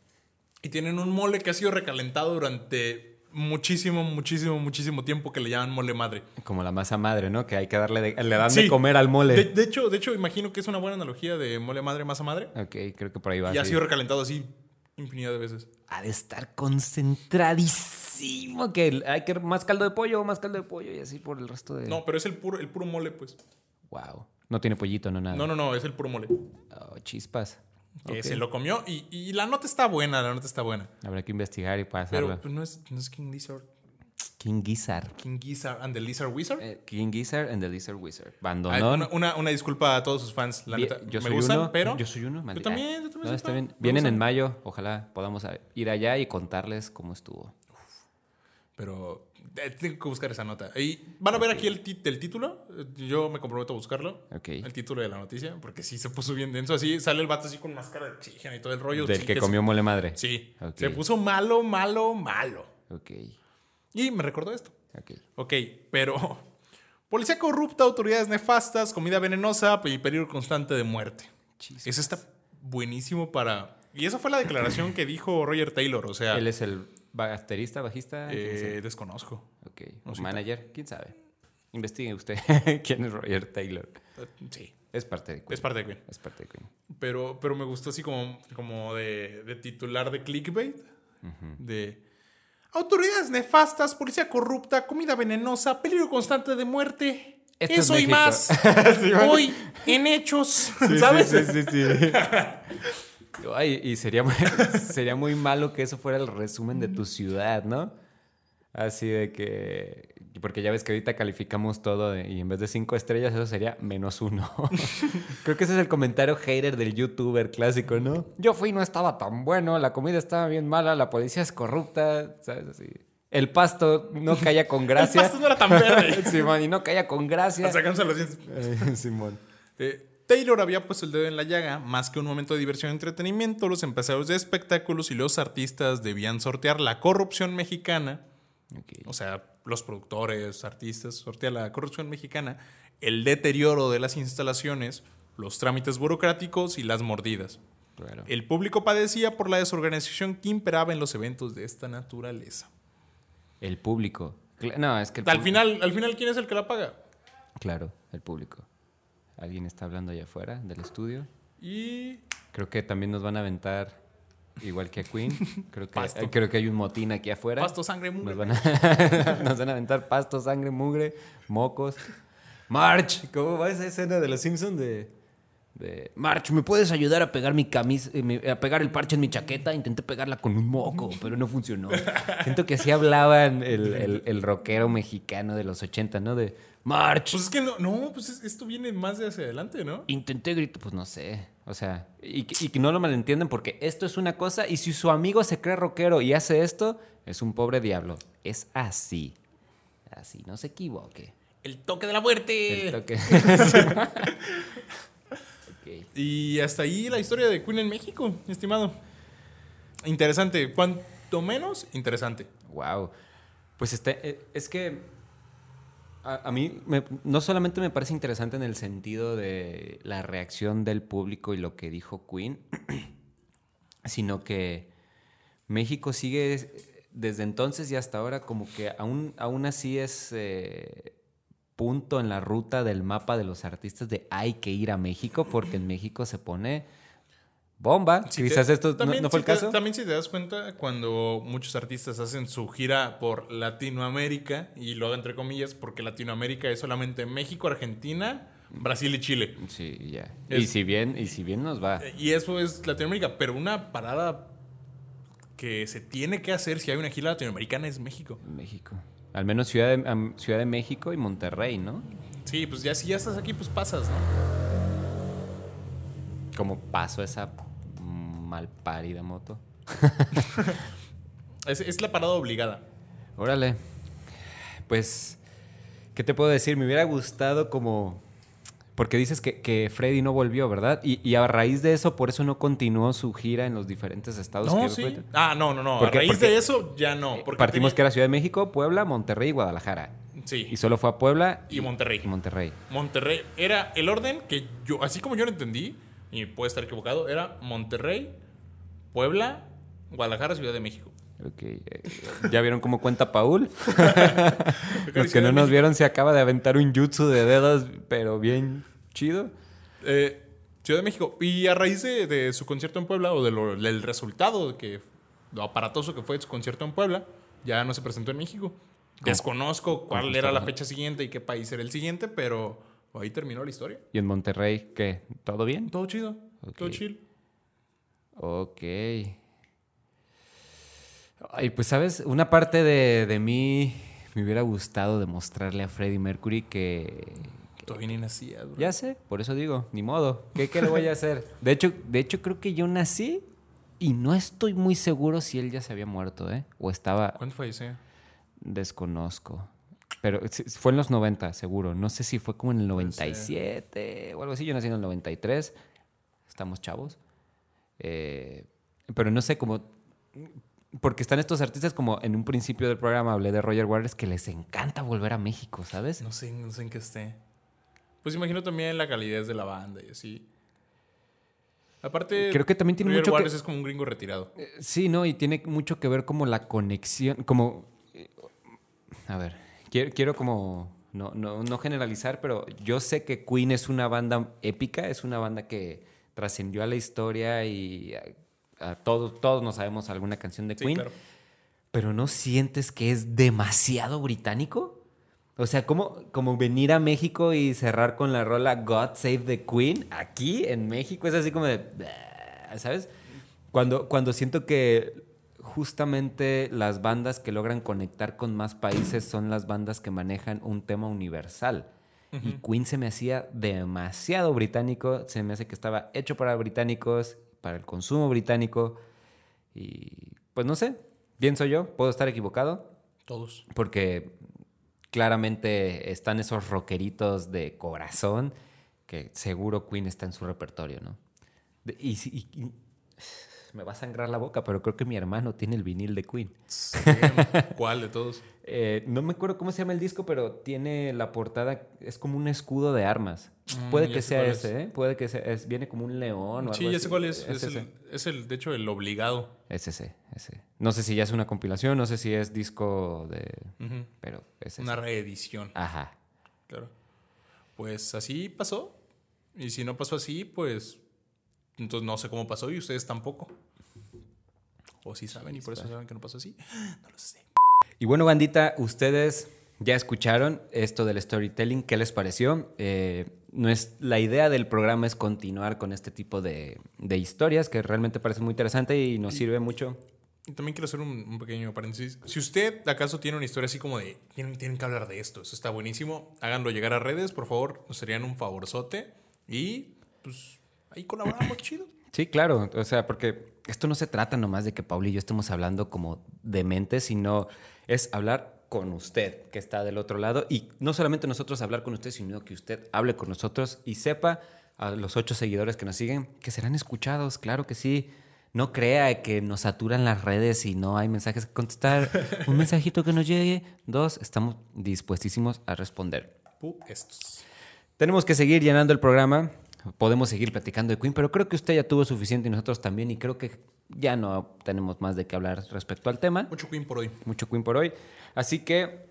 Speaker 1: Y tienen un mole que ha sido recalentado durante muchísimo, muchísimo, muchísimo tiempo que le llaman mole madre.
Speaker 3: Como la masa madre, ¿no? Que hay que darle, de- le dan de
Speaker 1: Sí.
Speaker 3: comer al mole.
Speaker 1: De, de hecho, de hecho, imagino que es una buena analogía de mole madre, masa madre.
Speaker 3: Ok, creo que por ahí va.
Speaker 1: y ha
Speaker 3: Ah, sí.
Speaker 1: sido recalentado así infinidad de veces.
Speaker 3: Ha de estar concentradísimo. Que hay que más caldo de pollo, más caldo de pollo y así por el resto de.
Speaker 1: No, pero es el puro, el puro mole, pues.
Speaker 3: Wow. No tiene pollito, no nada.
Speaker 1: No, no, no, es el puro mole.
Speaker 3: Oh, chispas.
Speaker 1: Que
Speaker 3: Ok.
Speaker 1: Eh, se lo comió y, y la nota está buena, la nota está buena.
Speaker 3: Habrá que investigar y
Speaker 1: Pero
Speaker 3: pasarlo.
Speaker 1: pues, no, es, no es King Lizard.
Speaker 3: King Gizzard.
Speaker 1: King Gizzard and the Lizard Wizard.
Speaker 3: Eh, King Gizzard and the Lizard Wizard.
Speaker 1: Ay,
Speaker 3: Bandonón.
Speaker 1: una, una, una disculpa a todos sus fans, Ah, la
Speaker 3: Bien,
Speaker 1: neta.
Speaker 3: yo
Speaker 1: me
Speaker 3: soy
Speaker 1: gustan,
Speaker 3: uno,
Speaker 1: pero.
Speaker 3: Yo soy uno,
Speaker 1: Yo
Speaker 3: maldita.
Speaker 1: también, yo también.
Speaker 3: No,
Speaker 1: soy
Speaker 3: está
Speaker 1: fan,
Speaker 3: bien.
Speaker 1: me
Speaker 3: Vienen
Speaker 1: gustan.
Speaker 3: en mayo. Ojalá podamos a- ir allá y contarles cómo estuvo.
Speaker 1: Pero eh, tengo que buscar esa nota. Y van a ver aquí el, ti- el título. Eh, Yo me comprometo a buscarlo.
Speaker 3: Ok.
Speaker 1: El título de la noticia, porque sí se puso bien denso. Así sale el vato así con máscara de oxígeno y todo el rollo.
Speaker 3: Del
Speaker 1: Sí,
Speaker 3: que
Speaker 1: se-
Speaker 3: comió mole madre.
Speaker 1: Sí.
Speaker 3: Ok.
Speaker 1: Se puso malo, malo, malo.
Speaker 3: Ok.
Speaker 1: Y me recordó esto.
Speaker 3: Ok.
Speaker 1: Ok, pero (laughs) Policía corrupta, autoridades nefastas, comida venenosa y peligro constante de muerte. Eso está buenísimo para... Y esa fue la declaración que dijo Roger Taylor, o sea,
Speaker 3: Él es el baterista, bajista. ¿quién es
Speaker 1: eh,
Speaker 3: él?
Speaker 1: desconozco.
Speaker 3: ok.
Speaker 1: no
Speaker 3: ¿O
Speaker 1: sé.
Speaker 3: manager, quién sabe. Investigue usted (laughs) quién es Roger Taylor.
Speaker 1: Eh, Sí,
Speaker 3: Es parte de Queen.
Speaker 1: es parte de Queen.
Speaker 3: Es parte de Queen.
Speaker 1: Pero, pero me gustó así como, como de, de titular de clickbait. De autoridades nefastas, policía corrupta, comida venenosa, peligro constante de muerte.
Speaker 3: Esto es
Speaker 1: eso y
Speaker 3: México. (laughs)
Speaker 1: más. Hoy en hechos. ¿Sabes?
Speaker 3: Sí, sí, (laughs) sí. Ay, y sería muy, (laughs) sería muy malo que eso fuera el resumen de tu ciudad, ¿no? Así de que. Porque ya ves que ahorita calificamos todo de- y en vez de cinco estrellas, eso sería menos uno. (laughs) Creo que ese es el comentario hater del youtuber clásico, ¿no? Yo fui, no estaba tan bueno, la comida estaba bien mala, la policía es corrupta, ¿sabes? Así. El pasto no caía (laughs) con gracia.
Speaker 1: El pasto no era tan
Speaker 3: (laughs)
Speaker 1: verde.
Speaker 3: Simón, y no caía con gracia.
Speaker 1: Sacándose los dientes.
Speaker 3: Eh, (laughs) Simón.
Speaker 1: Eh, Taylor había puesto el dedo en la llaga, más que un momento de diversión y entretenimiento, los empresarios de espectáculos y los artistas debían sortear la corrupción mexicana,
Speaker 3: Ok.
Speaker 1: o sea, los productores, artistas, sortear la corrupción mexicana, el deterioro de las instalaciones, los trámites burocráticos y las mordidas.
Speaker 3: Claro.
Speaker 1: El público padecía por la desorganización que imperaba en los eventos de esta naturaleza.
Speaker 3: El público. Cla- No, es que. el
Speaker 1: Al
Speaker 3: pub-
Speaker 1: final, al final ¿quién es el que la paga?
Speaker 3: Claro, el público. Alguien está hablando allá afuera del estudio.
Speaker 1: Y
Speaker 3: Creo que también nos van a aventar, igual que
Speaker 1: (laughs)
Speaker 3: a Queen. Creo que,
Speaker 1: Pasto.
Speaker 3: eh, creo que hay un motín aquí afuera.
Speaker 1: pasto, sangre, mugre.
Speaker 3: Nos van, a, (laughs) nos van a aventar pasto, sangre, mugre, mocos. March, ¿cómo va esa escena de los Simpsons de, de, March, ¿me puedes ayudar a pegar mi camisa, eh, mi- a pegar el parche en mi chaqueta? Intenté pegarla con un moco, pero no funcionó. Siento que así hablaban el, el, el rockero mexicano de los 80, ¿no? De March.
Speaker 1: Pues es que no, no, pues es- esto viene más de hacia adelante, ¿no?
Speaker 3: Intenté gritar, pues no sé. O sea, y, que- y que no lo malentiendan porque esto es una cosa y si su amigo se cree rockero y hace esto, es un pobre diablo. Es así. Así, no se equivoque.
Speaker 1: El toque de la muerte.
Speaker 3: El toque. (laughs) Ok.
Speaker 1: Y hasta ahí la historia de Queen en México, estimado. Interesante. Cuanto menos, interesante.
Speaker 3: Wow. Pues está, eh, es que a, a mí me- no solamente me parece interesante en el sentido de la reacción del público y lo que dijo Queen, (clears throat) sino que México sigue eh, desde entonces y hasta ahora como que aún, aún así es eh, punto en la ruta del mapa de los artistas de hay que ir a México porque en México se pone bomba.
Speaker 1: Si te-
Speaker 3: Quizás esto no-
Speaker 1: también
Speaker 3: no fue
Speaker 1: si
Speaker 3: el
Speaker 1: te-
Speaker 3: caso.
Speaker 1: también si te das cuenta, cuando muchos artistas hacen su gira por Latinoamérica, y lo hago entre comillas, porque Latinoamérica es solamente México, Argentina, Brasil y Chile.
Speaker 3: Sí, ya. Y
Speaker 1: Es- Eh,
Speaker 3: si bien, y si bien nos va.
Speaker 1: Y eso es Latinoamérica, pero una parada que se tiene que hacer si hay una gira latinoamericana es México.
Speaker 3: México. Al menos Ciudad de, am- Ciudad de México y Monterrey, ¿no?
Speaker 1: Sí, pues ya si ya estás aquí, pues pasas, ¿no?
Speaker 3: Como paso esa malparida moto.
Speaker 1: Es, es la parada obligada.
Speaker 3: Órale. Pues, ¿qué te puedo decir? Me hubiera gustado como... Porque dices que, que Freddy no volvió, ¿verdad? Y, y a raíz de eso, por eso no continuó su gira en los diferentes estados.
Speaker 1: No,
Speaker 3: que-
Speaker 1: sí. Ah, no, no, no.
Speaker 3: ¿Por
Speaker 1: A
Speaker 3: qué?
Speaker 1: raíz
Speaker 3: Porque- eh,
Speaker 1: de eso, ya no. Porque
Speaker 3: Partimos que
Speaker 1: tenía-
Speaker 3: era Ciudad de México, Puebla, Monterrey y Guadalajara.
Speaker 1: Sí.
Speaker 3: Y solo fue a Puebla
Speaker 1: Y Monterrey.
Speaker 3: Y Monterrey.
Speaker 1: Monterrey era el orden que yo, así como yo lo entendí, y puede estar equivocado, era Monterrey, Puebla, Guadalajara, Ciudad de México.
Speaker 3: Ok, eh, ¿Ya vieron cómo cuenta Paul? Los que
Speaker 1: Ciudad
Speaker 3: no
Speaker 1: de
Speaker 3: nos vieron se acaba de aventar un jutsu de dedos, pero bien chido.
Speaker 1: Eh, Ciudad de México. Y a raíz de, de su concierto en Puebla, o de lo- del resultado, que, lo aparatoso que fue su concierto en Puebla, ya no se presentó en México. Desconozco cuál era la fecha siguiente y qué país era el siguiente, pero ahí terminó la historia.
Speaker 3: ¿Y en Monterrey qué? ¿Todo bien?
Speaker 1: Todo chido. Todo
Speaker 3: Ok.
Speaker 1: chill.
Speaker 3: Ok. Ay, pues sabes, una parte de, de mí me hubiera gustado demostrarle a Freddie Mercury que...
Speaker 1: Todavía ni nacías, bro.
Speaker 3: Ya sé, por eso digo, ni modo. ¿Qué, qué le voy a hacer? De hecho, de hecho, creo que yo nací y no estoy muy seguro si él ya se había muerto, ¿eh? O estaba...
Speaker 1: ¿Cuánto falleció?
Speaker 3: Desconozco. Pero sí, fue en los 90, seguro. No sé si fue como en el 97 o algo así. Yo nací en el 93. Estamos chavos. Eh, pero no sé, como porque están estos artistas, como en un principio del programa hablé de Roger Waters, que les encanta volver a México, ¿sabes?
Speaker 1: No sé, no sé en qué esté. Pues imagino también la calidez de la banda y así. Aparte,
Speaker 3: Creo que también tiene
Speaker 1: Roger
Speaker 3: mucho que- Eh,
Speaker 1: Waters es como un gringo retirado.
Speaker 3: Sí, ¿no? Y tiene mucho que ver como la conexión, como... eh, A ver, quiero, quiero como... No, no, no generalizar, pero yo sé que Queen es una banda épica, es una banda que trascendió a la historia y a, a todos, todos nos sabemos alguna canción de
Speaker 1: Sí,
Speaker 3: Queen, (laughs)
Speaker 1: claro.
Speaker 3: pero ¿no sientes que es demasiado británico? O sea, como, como venir a México y cerrar con la rola God Save the Queen aquí en México es así como de. ¿Sabes? Cuando, cuando siento que justamente las bandas que logran conectar con más países son las bandas que manejan un tema universal. Y Queen se me hacía demasiado británico, se me hace que estaba hecho para británicos, para el consumo británico. Y pues no sé, pienso yo, puedo estar equivocado,
Speaker 1: Todos.
Speaker 3: porque claramente están esos rockeritos de corazón que seguro Queen está en su repertorio, ¿no? De- y, si- y- y- me va a sangrar la boca, pero creo que mi hermano tiene el vinil de Queen.
Speaker 1: Sí, ¿Cuál de todos?
Speaker 3: Eh, no me acuerdo cómo se llama el disco, pero tiene la portada, es como un escudo de armas.
Speaker 1: Mm,
Speaker 3: puede
Speaker 1: ya
Speaker 3: que
Speaker 1: sé
Speaker 3: sea
Speaker 1: cuál es.
Speaker 3: ese, ¿eh? Puede que sea, es- viene como un león o
Speaker 1: Sí,
Speaker 3: algo
Speaker 1: ya
Speaker 3: así.
Speaker 1: sé cuál es. Es,
Speaker 3: Es ese.
Speaker 1: el, es el, de hecho, el obligado.
Speaker 3: Es ese, ese. No sé si ya es una compilación, no sé si es disco de...
Speaker 1: Ujú.
Speaker 3: Pero es ese.
Speaker 1: Una reedición.
Speaker 3: Ajá.
Speaker 1: Claro. Pues así pasó. Y si no pasó así, pues. Entonces no sé cómo pasó y ustedes tampoco. O si saben y por eso saben que no pasó así. No lo sé.
Speaker 3: Y bueno, bandita, ustedes ya escucharon esto del storytelling, ¿qué les pareció? Eh, no es- la idea del programa es continuar con este tipo de, de historias que realmente parece muy interesante y nos sirve mucho.
Speaker 1: Y también quiero hacer un, un pequeño paréntesis. Si usted acaso tiene una historia así como de tienen, tienen que hablar de esto, eso está buenísimo, háganlo llegar a redes, por favor, nos serían un favorzote. Y pues ahí colaboramos, (coughs) chido.
Speaker 3: Sí, claro, o sea, porque esto no se trata nomás de que Paul y yo estemos hablando como de mente, sino es hablar con usted que está del otro lado y no solamente nosotros hablar con usted, sino que usted hable con nosotros y sepa a los ocho seguidores que nos siguen que serán escuchados, claro que sí. No crea que nos saturan las redes y no hay mensajes que contestar. Un mensajito que nos llegue. Dos, estamos dispuestísimos a responder.
Speaker 1: Pu- estos.
Speaker 3: Tenemos que seguir llenando el programa. Podemos seguir platicando de Queen, pero creo que usted ya tuvo suficiente y nosotros también. Y creo que ya no tenemos más de qué hablar respecto al tema.
Speaker 1: Mucho Queen por hoy.
Speaker 3: Mucho Queen por hoy. Así que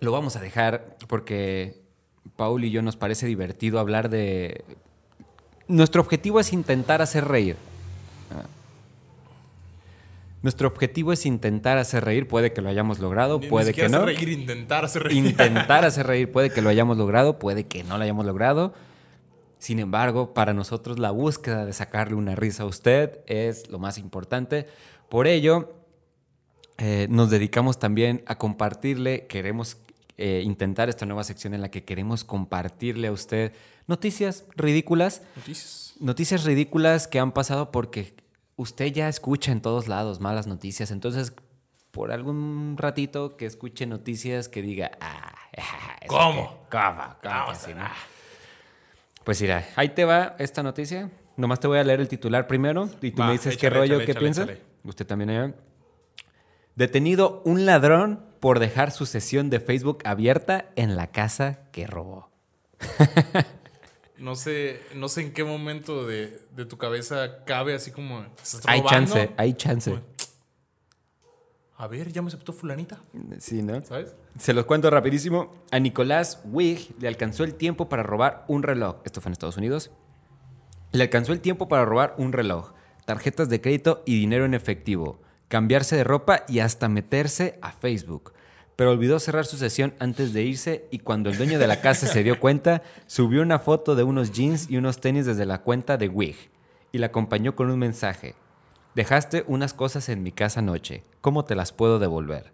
Speaker 3: lo vamos a dejar porque Paul y yo nos parece divertido hablar de. Nuestro objetivo es intentar hacer reír. Ah. Nuestro objetivo es intentar hacer reír. Puede que lo hayamos logrado,
Speaker 1: Ni- ni
Speaker 3: puede
Speaker 1: siquiera
Speaker 3: que
Speaker 1: hacer
Speaker 3: no
Speaker 1: reír, intentar hacer reír.
Speaker 3: intentar hacer reír. Puede que lo hayamos logrado, puede que no lo hayamos logrado. Sin embargo, para nosotros la búsqueda de sacarle una risa a usted es lo más importante. Por ello, eh, nos dedicamos también a compartirle, queremos eh, intentar esta nueva sección en la que queremos compartirle a usted noticias ridículas
Speaker 1: (laughs) Noticias.
Speaker 3: noticias ridículas que han pasado porque usted ya escucha en todos lados malas noticias. Entonces, por algún ratito que escuche noticias que diga, ah, (laughs) eso
Speaker 1: ¿Cómo?
Speaker 3: que- ¿Cómo? ¿Cómo?
Speaker 1: Vamos
Speaker 3: que sí,
Speaker 1: a-
Speaker 3: no?". Pues mira, ahí te va esta noticia. Nomás te voy a leer el titular primero y tú
Speaker 1: Va,
Speaker 3: me dices
Speaker 1: échale,
Speaker 3: qué rollo,
Speaker 1: échale,
Speaker 3: qué
Speaker 1: échale,
Speaker 3: piensas.
Speaker 1: échale.
Speaker 3: Usted también, eh. Detenido un ladrón por dejar su sesión de Facebook abierta en la casa que robó.
Speaker 1: No sé, no sé en qué momento de, de tu cabeza cabe así como. ¿estás
Speaker 3: Hay
Speaker 1: robando?
Speaker 3: chance, hay chance.
Speaker 1: Bueno. A ver, ya me aceptó fulanita,
Speaker 3: Sí, ¿no?
Speaker 1: ¿sabes?
Speaker 3: Se los cuento rapidísimo. A Nicolás Wig le alcanzó el tiempo para robar un reloj. Esto fue en Estados Unidos. Le alcanzó el tiempo para robar un reloj, tarjetas de crédito y dinero en efectivo, cambiarse de ropa y hasta meterse a Facebook. Pero olvidó cerrar su sesión antes de irse y cuando el dueño de la casa se dio cuenta, subió una foto de unos jeans y unos tenis desde la cuenta de Wig y la acompañó con un mensaje. Dejaste unas cosas en mi casa anoche. ¿Cómo te las puedo devolver?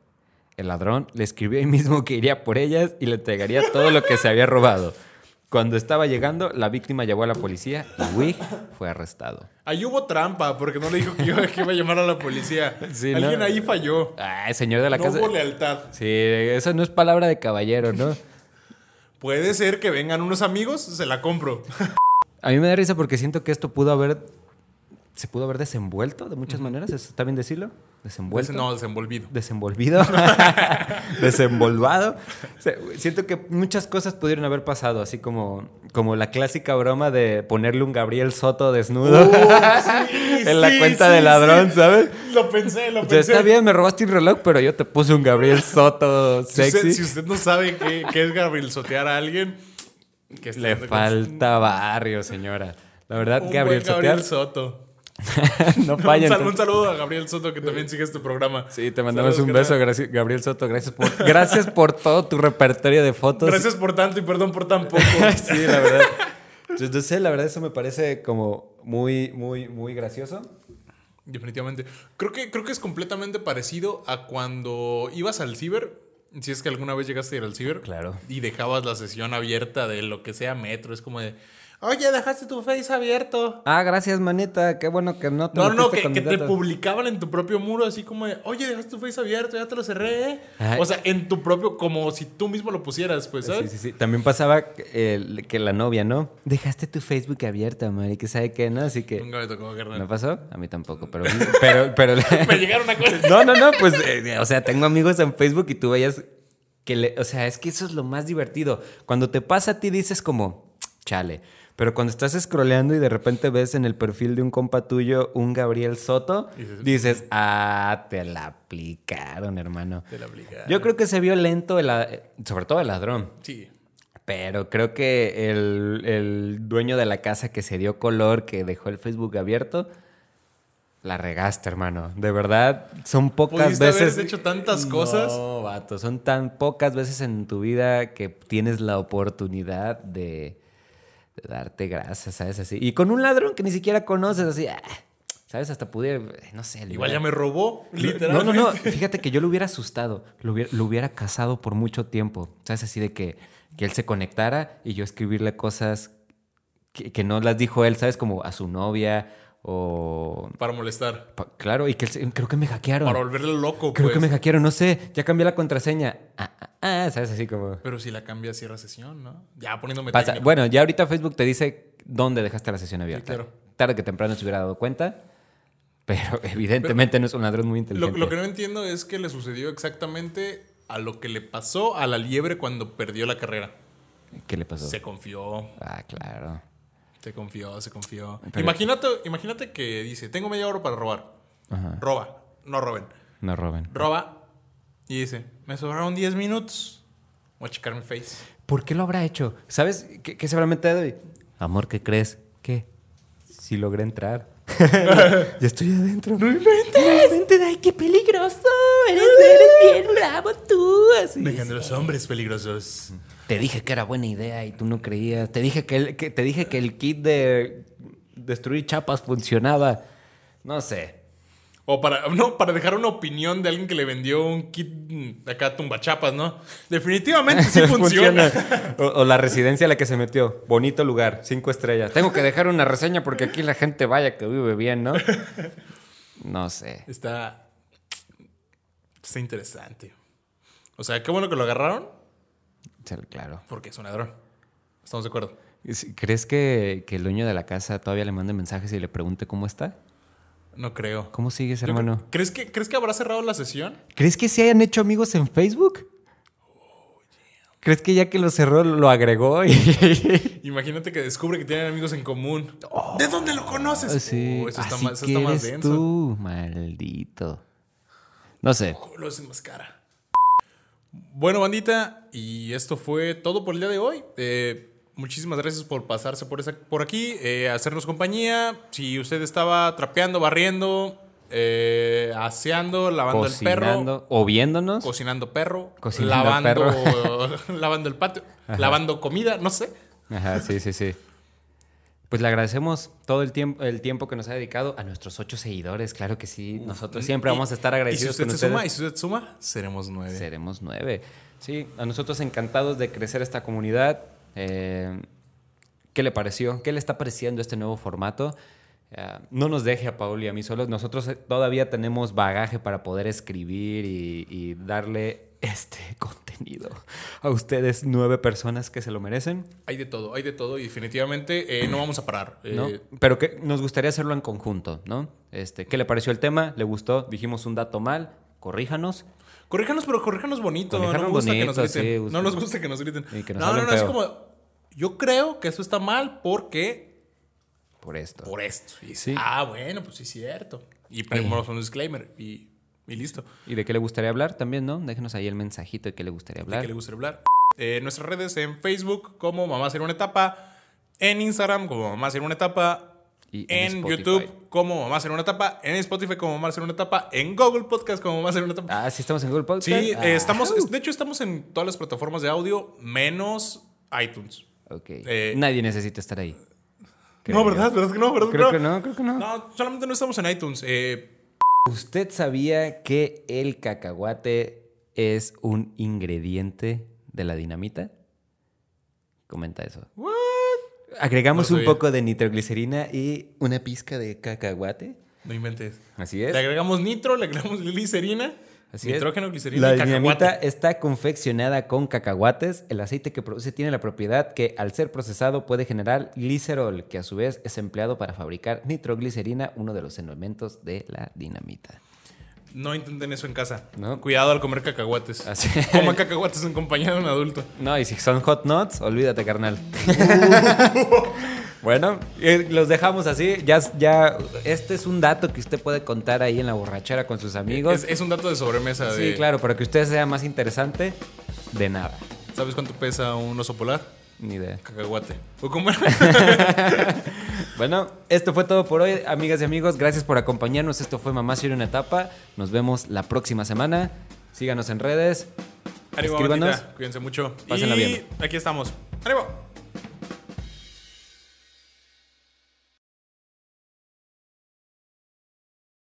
Speaker 3: El ladrón le escribió ahí mismo que iría por ellas y le entregaría todo lo que se había robado. Cuando estaba llegando, la víctima llamó a la policía y Wig fue arrestado.
Speaker 1: Ahí hubo trampa, porque no le dijo que, yo, que iba (laughs) a llamar a la policía.
Speaker 3: Sí,
Speaker 1: Alguien
Speaker 3: ¿no?
Speaker 1: ahí falló.
Speaker 3: Ah, señor de la
Speaker 1: no
Speaker 3: casa.
Speaker 1: hubo lealtad.
Speaker 3: Sí, eso no es palabra de caballero, ¿no?
Speaker 1: Puede ser que
Speaker 3: (laughs)
Speaker 1: vengan unos amigos, se la compro.
Speaker 3: A mí me da risa porque siento que esto pudo haber se pudo haber desenvuelto de muchas maneras, ¿está bien decirlo? Desenvuelto.
Speaker 1: No, desenvolvido.
Speaker 3: Desenvolvido. (laughs) Desenvolvado. O sea, siento que muchas cosas pudieron haber pasado, así como, como la clásica broma de ponerle un Gabriel Soto desnudo
Speaker 1: Uh,
Speaker 3: (laughs) en la cuenta de ladrón, ¿sabes?
Speaker 1: (laughs) Lo pensé, lo
Speaker 3: O sea,
Speaker 1: pensé.
Speaker 3: está bien, me robaste un reloj, pero yo te puse
Speaker 1: (laughs)
Speaker 3: un Gabriel Soto
Speaker 1: Si usted-
Speaker 3: sexy.
Speaker 1: si usted no sabe qué, qué es Gabriel sotear a alguien, que está
Speaker 3: Le
Speaker 1: dando con-
Speaker 3: falta barrio, señora. La verdad,
Speaker 1: Un
Speaker 3: Gabriel
Speaker 1: buen Gabriel
Speaker 3: Sotear,
Speaker 1: Soto.
Speaker 3: no
Speaker 1: Un,
Speaker 3: falla.
Speaker 1: sal- un
Speaker 3: entonces-
Speaker 1: saludo a Gabriel Soto que también sigue este programa.
Speaker 3: Sí, te mandamos
Speaker 1: Saludos,
Speaker 3: un
Speaker 1: carnal.
Speaker 3: beso, gracias, Gabriel Soto. Gracias por, gracias por todo tu repertorio de fotos.
Speaker 1: Gracias por tanto y perdón por tan
Speaker 3: (laughs)
Speaker 1: poco.
Speaker 3: sí, la verdad. Yo no sé, la verdad, eso me parece como muy, muy, muy gracioso.
Speaker 1: Definitivamente. Creo que, creo que es completamente parecido a cuando ibas al ciber. Si es que alguna vez llegaste a ir al ciber.
Speaker 3: Claro.
Speaker 1: Y dejabas la sesión abierta de lo que sea metro. Es como de, oye, dejaste tu face abierto.
Speaker 3: Ah, gracias, manita. Qué bueno que no este te
Speaker 1: No, no,
Speaker 3: metiste
Speaker 1: que,
Speaker 3: con
Speaker 1: que
Speaker 3: mis
Speaker 1: te
Speaker 3: datos.
Speaker 1: publicaban en tu propio muro, así como de, oye, dejaste tu face abierto, ya te lo cerré. ¿eh?".
Speaker 3: Ay.
Speaker 1: O sea, en tu propio, como si tú mismo lo pusieras, pues, ¿sabes?
Speaker 3: Sí, sí, sí. También pasaba eh, que la novia, ¿no? Dejaste tu Facebook abierto, amor, y que sabe qué, ¿no? Así que...
Speaker 1: Nunca me tocó, carnal.
Speaker 3: ¿No pasó? A mí tampoco,
Speaker 1: (laughs)
Speaker 3: pero... pero, pero
Speaker 1: Me
Speaker 3: (laughs)
Speaker 1: llegaron a cuenta.
Speaker 3: No, no, no, pues, eh, o sea, tengo amigos en Facebook y tú veías que, le- o sea, es que eso es lo más divertido. Cuando te pasa a ti dices como, chale, pero cuando estás scrolleando y de repente ves en el perfil de un compa tuyo un Gabriel Soto, dices, ah, te la aplicaron, hermano.
Speaker 1: Te la aplicaron.
Speaker 3: Yo creo que se vio lento, el la- sobre todo el ladrón.
Speaker 1: Sí.
Speaker 3: Pero creo que el, el dueño de la casa que se dio color, que dejó el Facebook abierto, la regaste, hermano. De verdad, son pocas
Speaker 1: Pudiste haber
Speaker 3: veces.
Speaker 1: hecho tantas cosas.
Speaker 3: No, vato, son tan pocas veces en tu vida que tienes la oportunidad de, de darte gracias, ¿sabes? Así. Y con un ladrón que ni siquiera conoces, así. ah, ¿Sabes? Hasta pudiera. No sé. le
Speaker 1: Igual ya
Speaker 3: hubiera-
Speaker 1: me robó,
Speaker 3: no,
Speaker 1: literalmente.
Speaker 3: no, no. Fíjate que yo lo hubiera asustado. Lo hubiera, lo hubiera casado por mucho tiempo. ¿Sabes? Así de que, que él se conectara y yo escribirle cosas que, que no las dijo él, ¿sabes? Como a su novia o.
Speaker 1: Para molestar.
Speaker 3: pa- claro, y que él se- creo que me hackearon.
Speaker 1: Para volverlo loco,
Speaker 3: creo
Speaker 1: pues.
Speaker 3: que me hackearon, no sé. Ya cambié la contraseña. Ah, ah, ah, ¿sabes? Así como.
Speaker 1: Pero si la cambias, cierra sesión, ¿no? Ya poniéndome
Speaker 3: Pasa-
Speaker 1: técnico.
Speaker 3: Bueno, ya ahorita Facebook te dice dónde dejaste la sesión abierta.
Speaker 1: claro.
Speaker 3: Tarde que temprano se hubiera dado cuenta. Pero (laughs) evidentemente no es un ladrón muy
Speaker 1: Lo,
Speaker 3: inteligente.
Speaker 1: lo que no entiendo es que le sucedió exactamente a lo que le pasó a la liebre cuando perdió la carrera.
Speaker 3: ¿Qué le pasó?
Speaker 1: Se confió,
Speaker 3: Ah, claro.
Speaker 1: se confió, se confió.
Speaker 3: Pero-
Speaker 1: Imagínate, imagínate que dice, tengo media hora para robar.
Speaker 3: Ajá.
Speaker 1: Roba, no roben.
Speaker 3: No roben.
Speaker 1: Roba y dice, me sobraron 10 minutos. Voy a checar mi face.
Speaker 3: ¿Por qué lo habrá hecho? ¿Sabes qué, qué se habrá metido? Y, Amor, ¿qué crees? ¿Qué? Si logré (laughs) entrar. ya estoy adentro. ¡No inventes! ¡Ay, qué peligroso! ¡Eres, eres bien bravo tú! Así.
Speaker 1: Dejando los hombres peligrosos.
Speaker 3: Te dije que era buena idea y tú no creías. Te dije que el, que- te dije que el kit de destruir chapas funcionaba. No sé.
Speaker 1: O para, (laughs) no, para dejar una opinión de alguien que le vendió un kit mm, de acá tumbachapas, ¿no? Definitivamente
Speaker 3: (laughs)
Speaker 1: sí funciona.
Speaker 3: O, o la residencia a la que se metió. Bonito lugar, cinco estrellas. Tengo que dejar una reseña porque aquí la gente vaya que vive bien, ¿no? No sé.
Speaker 1: Está. Está interesante. O sea, qué bueno que lo agarraron
Speaker 3: Sí, Claro.
Speaker 1: porque es un ladrón. Estamos de acuerdo.
Speaker 3: Si- ¿Crees que, que el dueño de la casa todavía le mande mensajes y le pregunte cómo está?
Speaker 1: No creo.
Speaker 3: ¿Cómo sigues,
Speaker 1: Yo
Speaker 3: hermano?
Speaker 1: cre- ¿Crees que, ¿Crees que habrá cerrado la sesión?
Speaker 3: ¿Crees que se hayan hecho amigos en Facebook? ¿Crees que ya que lo cerró lo agregó? (laughs) Y...
Speaker 1: Imagínate que descubre que tienen amigos en común. ¿De dónde lo conoces?
Speaker 3: Oh. sí.
Speaker 1: Oh, eso está
Speaker 3: Así
Speaker 1: más, eso
Speaker 3: que
Speaker 1: está más
Speaker 3: eres
Speaker 1: denso.
Speaker 3: tú, maldito. No sé.
Speaker 1: Oh, Lo hacen más cara. Bueno, bandita, y esto fue todo por el día de hoy. Eh, muchísimas gracias por pasarse por, esa, por aquí, eh, hacernos compañía. Si usted estaba trapeando, barriendo, eh, aseando, lavando el perro,
Speaker 3: Cocinando o viéndonos.
Speaker 1: cocinando perro,
Speaker 3: Cocinando
Speaker 1: lavando, (laughs) lavando el patio, lavando comida, no sé.
Speaker 3: Ajá, sí, sí, sí. Pues le agradecemos todo el tiempo, el tiempo que nos ha dedicado a nuestros ocho seguidores. Claro que sí, nosotros siempre
Speaker 1: Y-
Speaker 3: vamos a estar agradecidos
Speaker 1: Y si usted
Speaker 3: con
Speaker 1: se
Speaker 3: ustedes.
Speaker 1: suma, y si usted suma, seremos nueve.
Speaker 3: Seremos nueve. Sí, a nosotros encantados de crecer esta comunidad. Eh, ¿Qué le pareció? ¿Qué le está pareciendo este nuevo formato? Eh, no nos deje a Paul y a mí solos. Nosotros eh, todavía tenemos bagaje para poder escribir y, y darle este (laughs) contenido a ustedes nueve personas que se lo merecen.
Speaker 1: Hay de todo, hay de todo y definitivamente eh, no vamos a parar. Eh,
Speaker 3: ¿no? Pero que nos gustaría hacerlo en conjunto, ¿no? Este, ¿Qué le pareció el tema? ¿Le gustó? Dijimos un dato mal, corríjanos.
Speaker 1: Corríjanos, pero corríjanos bonito.
Speaker 3: Corríjanos
Speaker 1: no nos gusta que nos
Speaker 3: bonito,
Speaker 1: griten.
Speaker 3: sí,
Speaker 1: no
Speaker 3: gusta.
Speaker 1: nos gusta que nos griten.
Speaker 3: Y que nos
Speaker 1: no, no,
Speaker 3: hablen
Speaker 1: no, es
Speaker 3: feo.
Speaker 1: como. Yo creo que eso está mal porque.
Speaker 3: Por esto.
Speaker 1: Por esto. Y dices,
Speaker 3: Sí.
Speaker 1: Ah, bueno, pues sí, es cierto. Y ponemos un disclaimer y, y listo.
Speaker 3: ¿Y de qué le gustaría hablar también, no? Déjenos ahí el mensajito de qué le gustaría
Speaker 1: de
Speaker 3: hablar.
Speaker 1: que le gusta hablar. Eh, nuestras redes en Facebook como Mamá Hacer una Etapa, en Instagram como Mamá Hacer una Etapa,
Speaker 3: Y en
Speaker 1: en,
Speaker 3: Spotify.
Speaker 1: YouTube como Mamá Hacer una Etapa, en Spotify como Mamá Hacer una Etapa, en Google Podcast como Mamá Hacer una Etapa.
Speaker 3: Ah, sí, estamos en Google Podcast.
Speaker 1: sí, eh,
Speaker 3: Ah,
Speaker 1: estamos, de hecho estamos en todas las plataformas de audio menos iTunes.
Speaker 3: Ok.
Speaker 1: eh,
Speaker 3: Nadie necesita estar ahí.
Speaker 1: no,
Speaker 3: Creo yo.
Speaker 1: ¿verdad? ¿Verdad que no? ¿Verdad
Speaker 3: Creo
Speaker 1: que
Speaker 3: que no, creo que no.
Speaker 1: No, solamente no estamos en iTunes. Eh,
Speaker 3: ¿Usted sabía que el cacahuate es un ingrediente de la dinamita? Comenta eso. Agregamos
Speaker 1: No
Speaker 3: un
Speaker 1: sabía.
Speaker 3: poco de nitroglicerina y una pizca de cacahuate.
Speaker 1: no inventes.
Speaker 3: Así
Speaker 1: Le agregamos nitro, le agregamos (laughs) glicerina,
Speaker 3: Así es.
Speaker 1: nitrógeno, glicerina
Speaker 3: La
Speaker 1: y
Speaker 3: dinamita
Speaker 1: cacahuate.
Speaker 3: está confeccionada con cacahuates. El aceite que produce tiene la propiedad que al ser procesado puede generar glicerol, que a su vez es empleado para fabricar nitroglicerina, uno de los elementos de la dinamita.
Speaker 1: No intenten eso en casa.
Speaker 3: No.
Speaker 1: Cuidado al comer cacahuates.
Speaker 3: Así
Speaker 1: (laughs) Coman cacahuates en compañía de un adulto.
Speaker 3: No, y si son hot nuts, olvídate,
Speaker 1: (laughs)
Speaker 3: carnal. bueno, eh, los dejamos así. Ya, ya, este es un dato que usted puede contar ahí en la borrachera con sus amigos.
Speaker 1: Es, es un dato de sobremesa.
Speaker 3: sí,
Speaker 1: de-
Speaker 3: claro, para que usted sea más interesante, de nada.
Speaker 1: ¿Sabes cuánto pesa un oso polar?
Speaker 3: Ni idea.
Speaker 1: Cacahuate. ¿O
Speaker 3: (laughs)
Speaker 1: comer?
Speaker 3: Bueno, esto fue todo por hoy, amigas y amigos. Gracias por acompañarnos. Esto fue Mamá Soy una etapa. Nos vemos la próxima semana. Síganos en redes.
Speaker 1: Ánimo,
Speaker 3: Escríbanos.
Speaker 1: bandita. Cuídense mucho.
Speaker 3: Pásenla
Speaker 1: y
Speaker 3: bien.
Speaker 1: aquí estamos. ¡Ánimo!